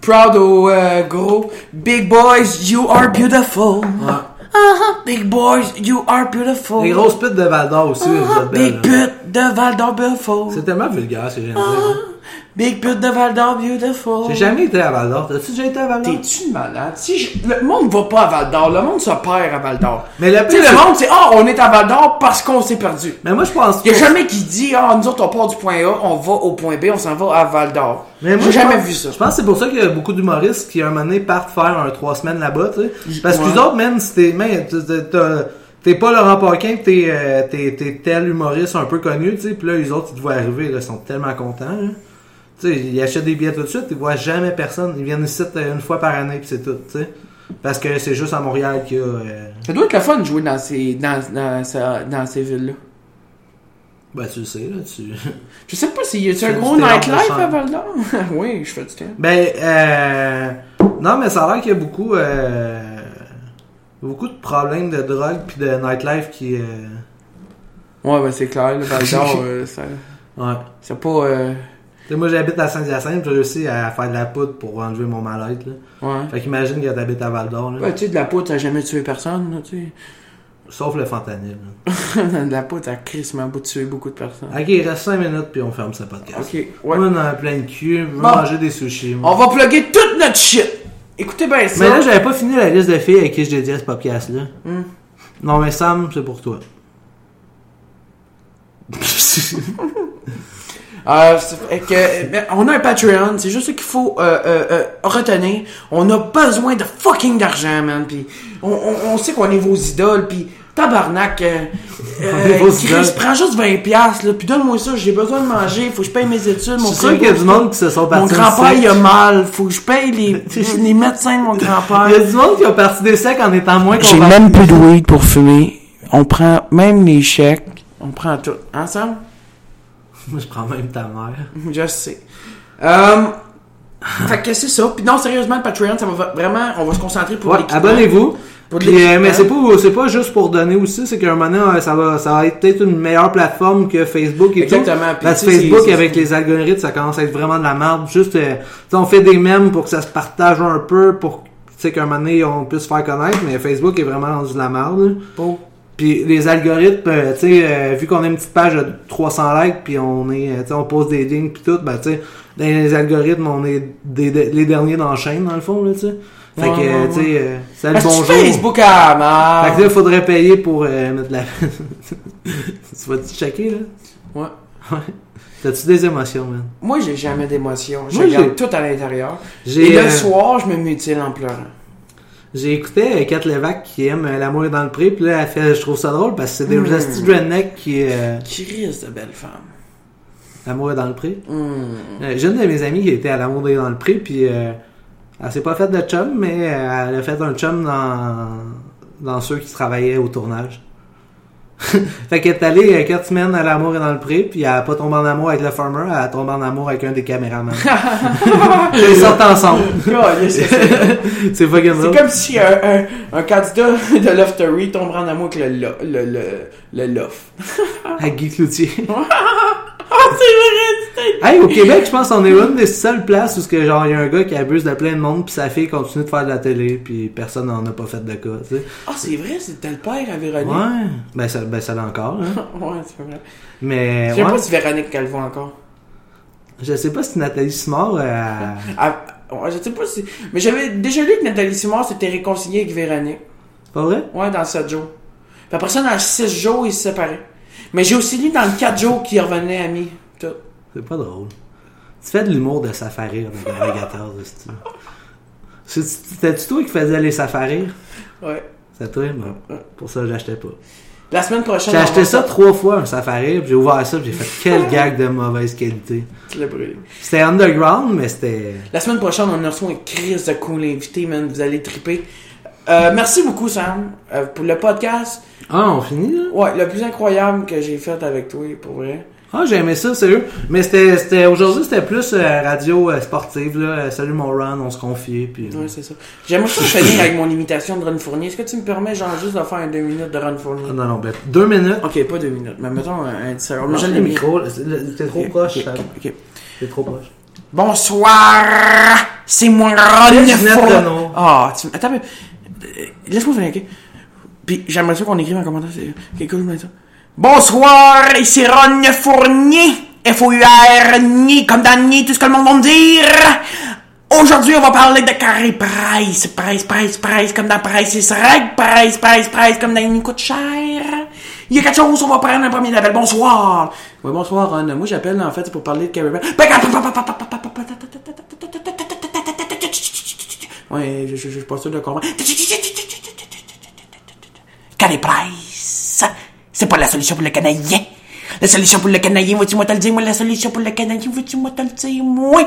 A: Proud au euh, gros. Big boys, you are beautiful. Uh-huh, Big boys, you are beautiful.
B: Les grosses putes de Val d'Or aussi, vous
A: Uh-huh,
B: êtes belles,
A: Big
B: là.
A: pute de Val d'Or beautiful.
B: C'est tellement vulgaire, ce que je viens de dire. hein.
A: Big pute de Val d'Or beautiful.
B: J'ai jamais été à Val d'Or. T'as-tu déjà été à Val d'Or?
A: Oh. T'es-tu malade? Si je- Le monde va pas à Val d'Or, le monde se perd à Val d'Or.
B: Mais le
A: Tu
B: pire,
A: sais, le
B: c'est-
A: monde, c'est Ah, on est à Val d'Or parce qu'on s'est perdu.
B: Mais moi, je pense
A: Il
B: que.
A: a jamais qui dit Ah, nous autres, on part du point A, on va au point B, on s'en va à Val d'Or.
B: Mais moi,
A: J'ai
B: je
A: jamais
B: pense-
A: vu ça.
B: Je pense que c'est pour ça qu'il y a beaucoup d'humoristes qui, à un moment donné, partent faire un trois semaines là-bas, tu sais. Parce que
A: Ouais.
B: les autres, man, si t'es, man, t'es- t'es- t'as- t'es pas Laurent Paquin, pis t'es, euh, t'es, t'es tel humoriste un peu connu, tu sais. Pis là, les autres, ils te voient arriver, là, ils sont tellement contents, là. Tu sais, ils achètent des billets tout de suite, ils voient jamais personne. Ils viennent ici euh, une fois par année, pis c'est tout, tu sais. Parce que c'est juste à Montréal qu'il y a. euh,
A: Ça doit être le fun de jouer dans ces, dans, dans, ça- dans ces villes-là.
B: Ben, tu le sais, là, tu.
A: Je sais pas s'il y a
B: C'est
A: un
B: du
A: gros
B: théâtre
A: nightlife
B: de
A: à
B: scène.
A: Val d'Or. [laughs] oui, je fais du théâtre.
B: Ben, euh, non, mais ça a l'air qu'il y a beaucoup, euh, beaucoup de problèmes de drogue puis de nightlife qui, euh,
A: Ouais, ben c'est clair, le Val
B: [laughs]
A: d'Or, euh, ça-
B: ouais.
A: c'est pas. euh,
B: Tu sais, moi, j'habite à Saint-Hyacinthe, j'ai réussi à faire de la poudre pour enlever mon mal-être, là.
A: Ouais.
B: Fait qu'imagine que t'habites à Val-d'Or, là.
A: Ouais, tu sais, de la poudre, t'as jamais tué personne, là, tu
B: Sauf le fentanyl, là.
A: sais. [laughs] de la poudre, t'as crissement tué beaucoup de personnes.
B: Ok, il reste 5 minutes puis on ferme ce podcast.
A: Ok, ouais.
B: Moi, on en a plein de cul, on
A: Bon.
B: manger des sushis, moi.
A: On va plugger toute notre shit! Écoutez bien ça! Hmm.
B: Mais là, j'avais pas fini la liste de filles avec qui je dédiais ce podcast-là. Non, mais Sam, c'est pour
A: [laughs]
B: toi.
A: Euh, c'est- fait que, euh, ben, on a un Patreon, c'est juste ce qu'il faut euh, euh, euh, retenir. On a besoin de fucking d'argent, man. Puis on, on, on sait qu'on est vos idoles, puis tabarnak. Euh,
B: On est vos
A: Chris,
B: idoles.
A: prends juste 20 piastres, là, puis donne-moi ça. J'ai besoin de manger, faut que je paye mes études. Mon
B: Je suis sûr qu'il y a du monde qui se sont
A: Mon
B: partis du
A: grand-père
B: sexe.
A: il a mal, faut que je paye
B: [laughs]
A: les, les médecins de mon
B: Il y a
A: grand-père.
B: du monde qui a parti des secs en étant moins
A: J'ai
B: convaincu.
A: même plus de weed pour fumer. On prend même les chèques, on prend tout Hein, ensemble.
B: Moi, je prends même ta mère.
A: Je sais. Euh, fait que c'est ça. Puis non, sérieusement, le Patreon, ça va vraiment. On va se concentrer pour
B: Ouais,
A: l'équipement.
B: abonnez-vous.
A: Pour de
B: Puis,
A: l'équipement.
B: euh, mais c'est pas, c'est pas juste pour donner aussi, c'est qu'à un moment donné, euh, ça va, ça va être peut-être une meilleure plateforme que Facebook et
A: Exactement.
B: tout.
A: Puis,
B: Parce que
A: tu sais,
B: Facebook,
A: c'est-
B: avec les algorithmes, ça commence à être vraiment de la merde. Juste, euh, tu sais, on fait des mèmes pour que ça se partage un peu, pour tu sais, qu'à un moment donné, on puisse se faire connaître, mais Facebook est vraiment rendu de la merde. là.
A: Pour-
B: Puis les algorithmes, euh, tu sais, euh, vu qu'on a une petite page de 300 likes, puis on est, euh, tu sais, on pose des lignes puis tout, ben tu sais, dans les algorithmes, on est des, des- les derniers dans la chaîne dans le fond là, tu sais. Fait
A: Ouais,
B: que,
A: ouais,
B: euh, tu sais, euh, salut
A: Parce que
B: bonjour.
A: Facebook à
B: Fait
A: marre.
B: que là, faudrait payer pour euh, mettre la. [laughs] tu vas te checker là.
A: Ouais.
B: Ouais. T'as-tu des émotions, man?
A: Moi, j'ai jamais d'émotion. Je
B: Moi, j'ai-
A: regarde tout à l'intérieur.
B: J'ai,
A: Et le
B: euh,
A: soir, je me mutile en pleurant.
B: J'ai écouté euh, Kat Levac qui aime euh, l'amour est dans le pré, puis là, elle fait, je trouve ça drôle parce que c'est des
A: Mm.
B: hosties de redneck qui euh,
A: Chris de belle femme.
B: l'amour est dans le pré.
A: Hmm. [laughs]
B: Euh, J'ai une de mes amies qui était à l'amour est dans le pré, puis euh, elle s'est pas faite de chum, mais euh, elle a fait un chum dans, dans ceux qui travaillaient au tournage. [laughs] fait qu'elle est allée euh, quatre semaines à l'amour est dans le pré, puis elle a pas tombé en amour avec le farmer, elle a tombé en amour avec un des caméramans. Ils sortent ensemble. [laughs]
A: God, c'est
B: C'est fucking
A: c'est
B: drôle.
A: comme si un, un, un candidat [laughs] de Loftery tomberait en amour avec le, lo- le, le, le lof.
B: À Guy Cloutier.
A: [laughs]
B: [laughs]
A: Ah, c'est vrai,
B: hey, au Québec, je pense qu'on est une des seules places où ce que, genre, il y a un gars qui abuse de plein de monde, puis sa fille continue de faire de la télé, puis personne n'en a pas fait de cas, tu sais.
A: Ah, c'est vrai, c'était le père à Véronique.
B: Ouais. Ben, ça, ben, ça l'a encore, hein.
A: [laughs] Ouais, c'est vrai.
B: Mais,
A: Je sais
B: ouais.
A: pas si Véronique qu'elle voit encore.
B: Je sais pas si Nathalie Simard. euh, [laughs]
A: Ah, ouais, je sais pas si. Mais j'avais déjà lu que Nathalie Simard s'était réconciliée avec Véronique.
B: C'est pas vrai?
A: Ouais, dans 7 jours. Puis après ça, dans 6 jours, ils se séparaient. Mais j'ai aussi lu dans le 4 jours qu'ils revenaient amis. Tout.
B: C'est pas drôle. Tu fais de l'humour de safarir avec le navigateur, c'est-tu. C'est- C'était-tu toi qui faisais les safarir?
A: Ouais.
B: C'est toi, moi. Pour ça, j'achetais pas.
A: La semaine prochaine.
B: J'ai
A: on va-
B: acheté ça trois fois, un safari, puis j'ai ouvert ça, puis j'ai [laughs] fait quel gag de mauvaise qualité.
A: Tu l'as brûlé.
B: C'était underground, mais c'était.
A: La semaine prochaine, on a reçu un Chris de cool invité, man. Vous allez triper. Euh, merci beaucoup, Sam, euh, pour le podcast.
B: Ah, on finit, là?
A: Ouais, le plus incroyable que j'ai fait avec toi, pour vrai.
B: Ah, j'ai aimé ça, sérieux. Mais c'était, c'était, aujourd'hui, c'était plus euh, radio euh, sportive, là. Euh, Salut mon Ron, on se confiait, puis. euh,
A: Ouais, c'est ça. J'aimerais ça finir avec mon imitation de Ron Fournier. Est-ce que tu me permets, genre, juste de faire un deux minutes de Ron
B: Ah,
A: Fournier?
B: non, non, ben, deux minutes.
A: Ok, pas deux minutes, mais mettons un, un 10 secondes. Mais je
B: le
A: l'ai mis.
B: micro, là, c'est- le- t'es trop
A: Ah, Ok,
B: proche,
A: ok,
B: Sam.
A: ok, ok.
B: T'es trop proche.
A: Bonsoir! C'est moi, Ron
B: Laisse Ginette
A: Fournier.
B: Renaud.
A: Ah, tu... Attends, mais... euh, Laisse-moi finir, ok? Puis j'aimerais ça qu'on écrive en commentaire. c'est- Ok, cool, je mets ça. Bonsoir, ici Ron Fournier. F-O-U-R, ni comme dans ni, tout ce que le monde va me dire. Aujourd'hui, on va parler de carré price, price, price, price, comme dans price is right, price, price, price, comme dans une coûte cher. Il y a quelque chose, on va prendre un premier label. Bonsoir. Ben, Oui, bonsoir, Ron. Moi, j'appelle, en fait, pour parler de carré price. Ouais, je, je, je suis pas sûr de comprendre. Carré Price, c'est pas la solution pour le Canadien. La solution pour le Canadien, veux-tu moi te le dire, moi? La solution pour le Canadien, veux-tu moi te le dire, moi?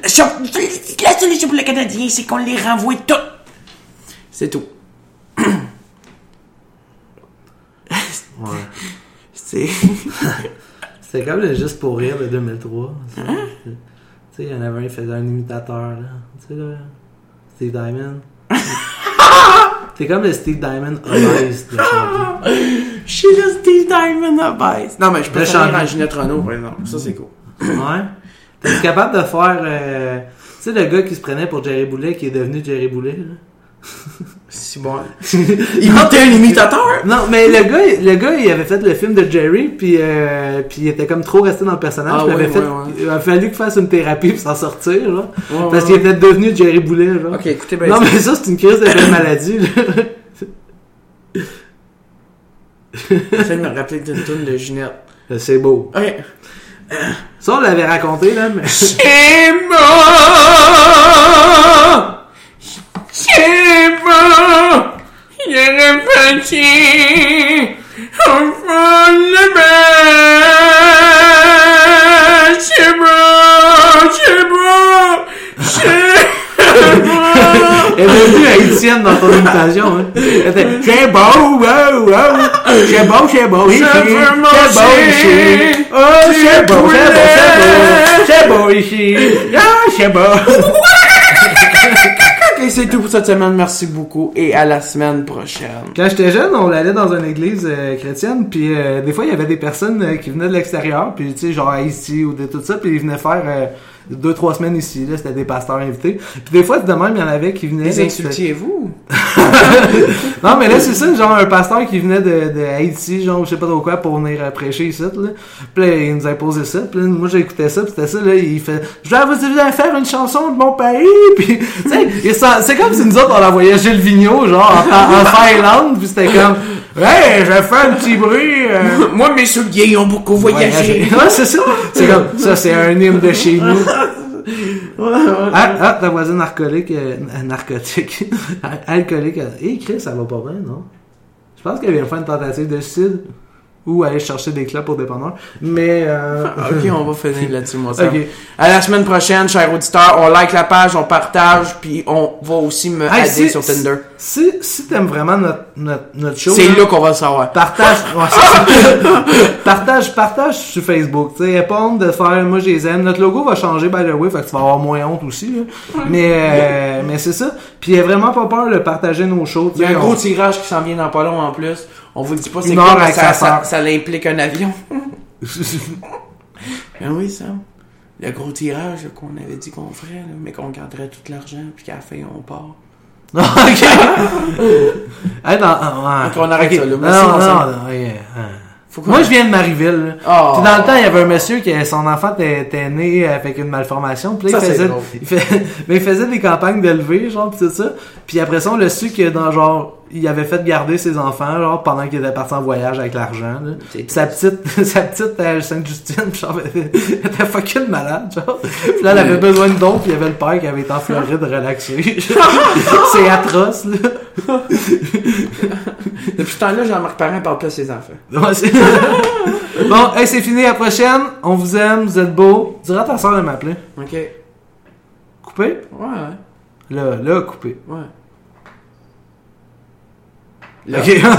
A: La, so- la solution pour le Canadien, c'est qu'on les renvoie tous. C'est tout.
B: Ouais.
A: C'est... [laughs]
B: C'était comme le juste pour rire de 2003. Tu
A: Hein?
B: sais, il y en avait un, il faisait un imitateur, là. Tu sais, là. Steve
A: [laughs]
B: Diamond. T'es comme le Steve Diamond Hollis de Sharpie.
A: Je suis le Steve Diamond ah, ben, à base. Non, mais je peux
B: Le
A: changer
B: champion.
A: à Ginette Renault, par exemple. Ça, c'est cool.
B: Ouais. T'es capable de faire. euh, Tu sais, le gars qui se prenait pour Jerry Boulet, qui est devenu Jerry Boulet, là.
A: C'est bon.
B: Il
A: Imiter un imitateur?
B: Non, mais le gars, il- le gars, il avait fait le film de Jerry, puis, euh, puis il était comme trop resté dans le personnage.
A: Ah
B: puis il
A: ouais,
B: avait fait-
A: ouais, ouais.
B: Il a fallu qu'il fasse une thérapie pour s'en sortir, là.
A: Ouais,
B: parce
A: ouais,
B: qu'il était devenu Jerry Boulet, là.
A: Ok, écoutez ben, bien
B: non,
A: ça.
B: mais ça, c'est une crise de belle maladie, là.
A: J'essaie de me rappeler d'une tune de Ginette.
B: C'est beau.
A: Ok.
B: Ça, on l'avait raconté, là, mais.
A: C'est mort C'est mort Il est reparti au fond de mer C'est mort C'est mort C'est mort
B: Elle est devenue haïtienne dans ton imitation, hein. Elle était, c'est beau, wow, wow. C'est beau, c'est beau, ici. C'est
A: veux
B: beau,
A: manger
B: ici. Oh, c'est beau, c'est beau, c'est beau. C'est beau, ici. Ah, c'est beau.
A: Ok, c'est tout pour cette semaine. Merci beaucoup et à la semaine prochaine.
B: Quand j'étais jeune, on allait dans une église euh, chrétienne, puis euh, des fois, il y avait des personnes euh, qui venaient de l'extérieur, puis tu sais, genre ici ou de tout ça, puis ils venaient faire euh, deux, trois semaines ici, là, c'était des pasteurs invités. Puis des fois, de même, il y en avait qui venaient...
A: Les
B: là, c'était-
A: insultiez-vous?
B: Non, mais là, c'est ça, genre un pasteur qui venait de, de Haïti, genre, je sais pas trop quoi, pour venir euh, prêcher ici, là. Puis là, il nous a posé ça, puis là, moi, j'écoutais ça, puis c'était ça, là, il fait « Je vais vous inviter à faire une chanson de mon pays! » Puis, tu sais, il sent- c'est comme si nous autres, on envoyait Gilles Vigneault, genre, en, en Finlande, puis c'était comme « Hey, je fais un petit bruit! euh,
A: Moi, mes souliers ont beaucoup voyagé.
B: Ouais, c'est ça. C'est comme, ça, c'est un hymne de chez nous. Ah, ah, ta voisine narcotique, euh, na- narcotique, [laughs] alcoolique. elle- Hé, Chris, ça va pas bien, non? Je pense qu'elle vient faire une tentative de suicide ou aller chercher des clubs au dépanneur. Mais,
A: [laughs]
B: euh,
A: Ah, Ok, on va finir là-dessus, moi. Sam.
B: ok.
A: À la semaine prochaine, chers auditeurs. On like la page, on partage, puis on va aussi me
B: Hey,
A: aider
B: si,
A: sur Tinder.
B: Si, si t'aimes vraiment notre, notre, notre show,
A: C'est
B: là,
A: là qu'on va le savoir.
B: Partage, ouais, c'est ça. [laughs] partage, partage sur Facebook. Tu sais, répondre de faire, moi je les aime. Notre logo va changer, by the way, fait que tu vas avoir moins honte aussi. là. Mais, euh, mais c'est ça. Puis il a vraiment pas peur de partager nos shows. tu
A: Il y a
B: sais,
A: un
B: on-
A: gros tirage qui s'en vient dans pas long en plus. On vous le dit pas, c'est
B: Une
A: quoi,
B: heure
A: mais
B: avec
A: ça,
B: sa
A: ça,
B: sœur.
A: ça l'implique un [laughs] avion. ah oui, ça. Le gros tirage là, qu'on avait dit qu'on ferait, là, mais qu'on garderait tout l'argent, puis qu'à la fin, on part.
B: [laughs] ok. ah, Hey, non, ah, ouais.
A: Ok, on arrête
B: Ok.
A: ça, là.
B: Non,
A: Merci,
B: non,
A: mon
B: non,
A: Sam.
B: non, ok, hein.
A: Faut
B: Moi, je viens de Marieville. là.
A: Oh.
B: Puis dans le temps, il y avait un monsieur qui son enfant était, était né avec une malformation. Puis là,
A: Ça,
B: il
A: c'est
B: faisait,
A: drôle.
B: il fait- [laughs] mais il faisait des campagnes d'élever, genre pis tout ça. Puis après ça, on l'a su que dans genre il avait fait garder ses enfants genre pendant qu'il était parti en voyage avec l'argent. là.
A: C'est
B: Puis Sa petite [laughs] sa petite à Sainte-Justine, puis genre [laughs] elle était fucking malade, genre. Puis là, elle avait besoin de dons, puis il y avait le père qui avait été en Floride relaxé. [laughs] C'est atroce là.
A: Depuis ce temps-là, Jean-Marc Parent parle pas à ses enfants.
B: Ouais, c'est- bon, hey, c'est fini, à la prochaine. On vous aime, vous êtes beaux. Dirais à ta soeur de m'appeler.
A: Ok. Ouais,
B: Coupé?
A: ouais.
B: Là, là, coupé.
A: ouais.
B: Ok. [laughs]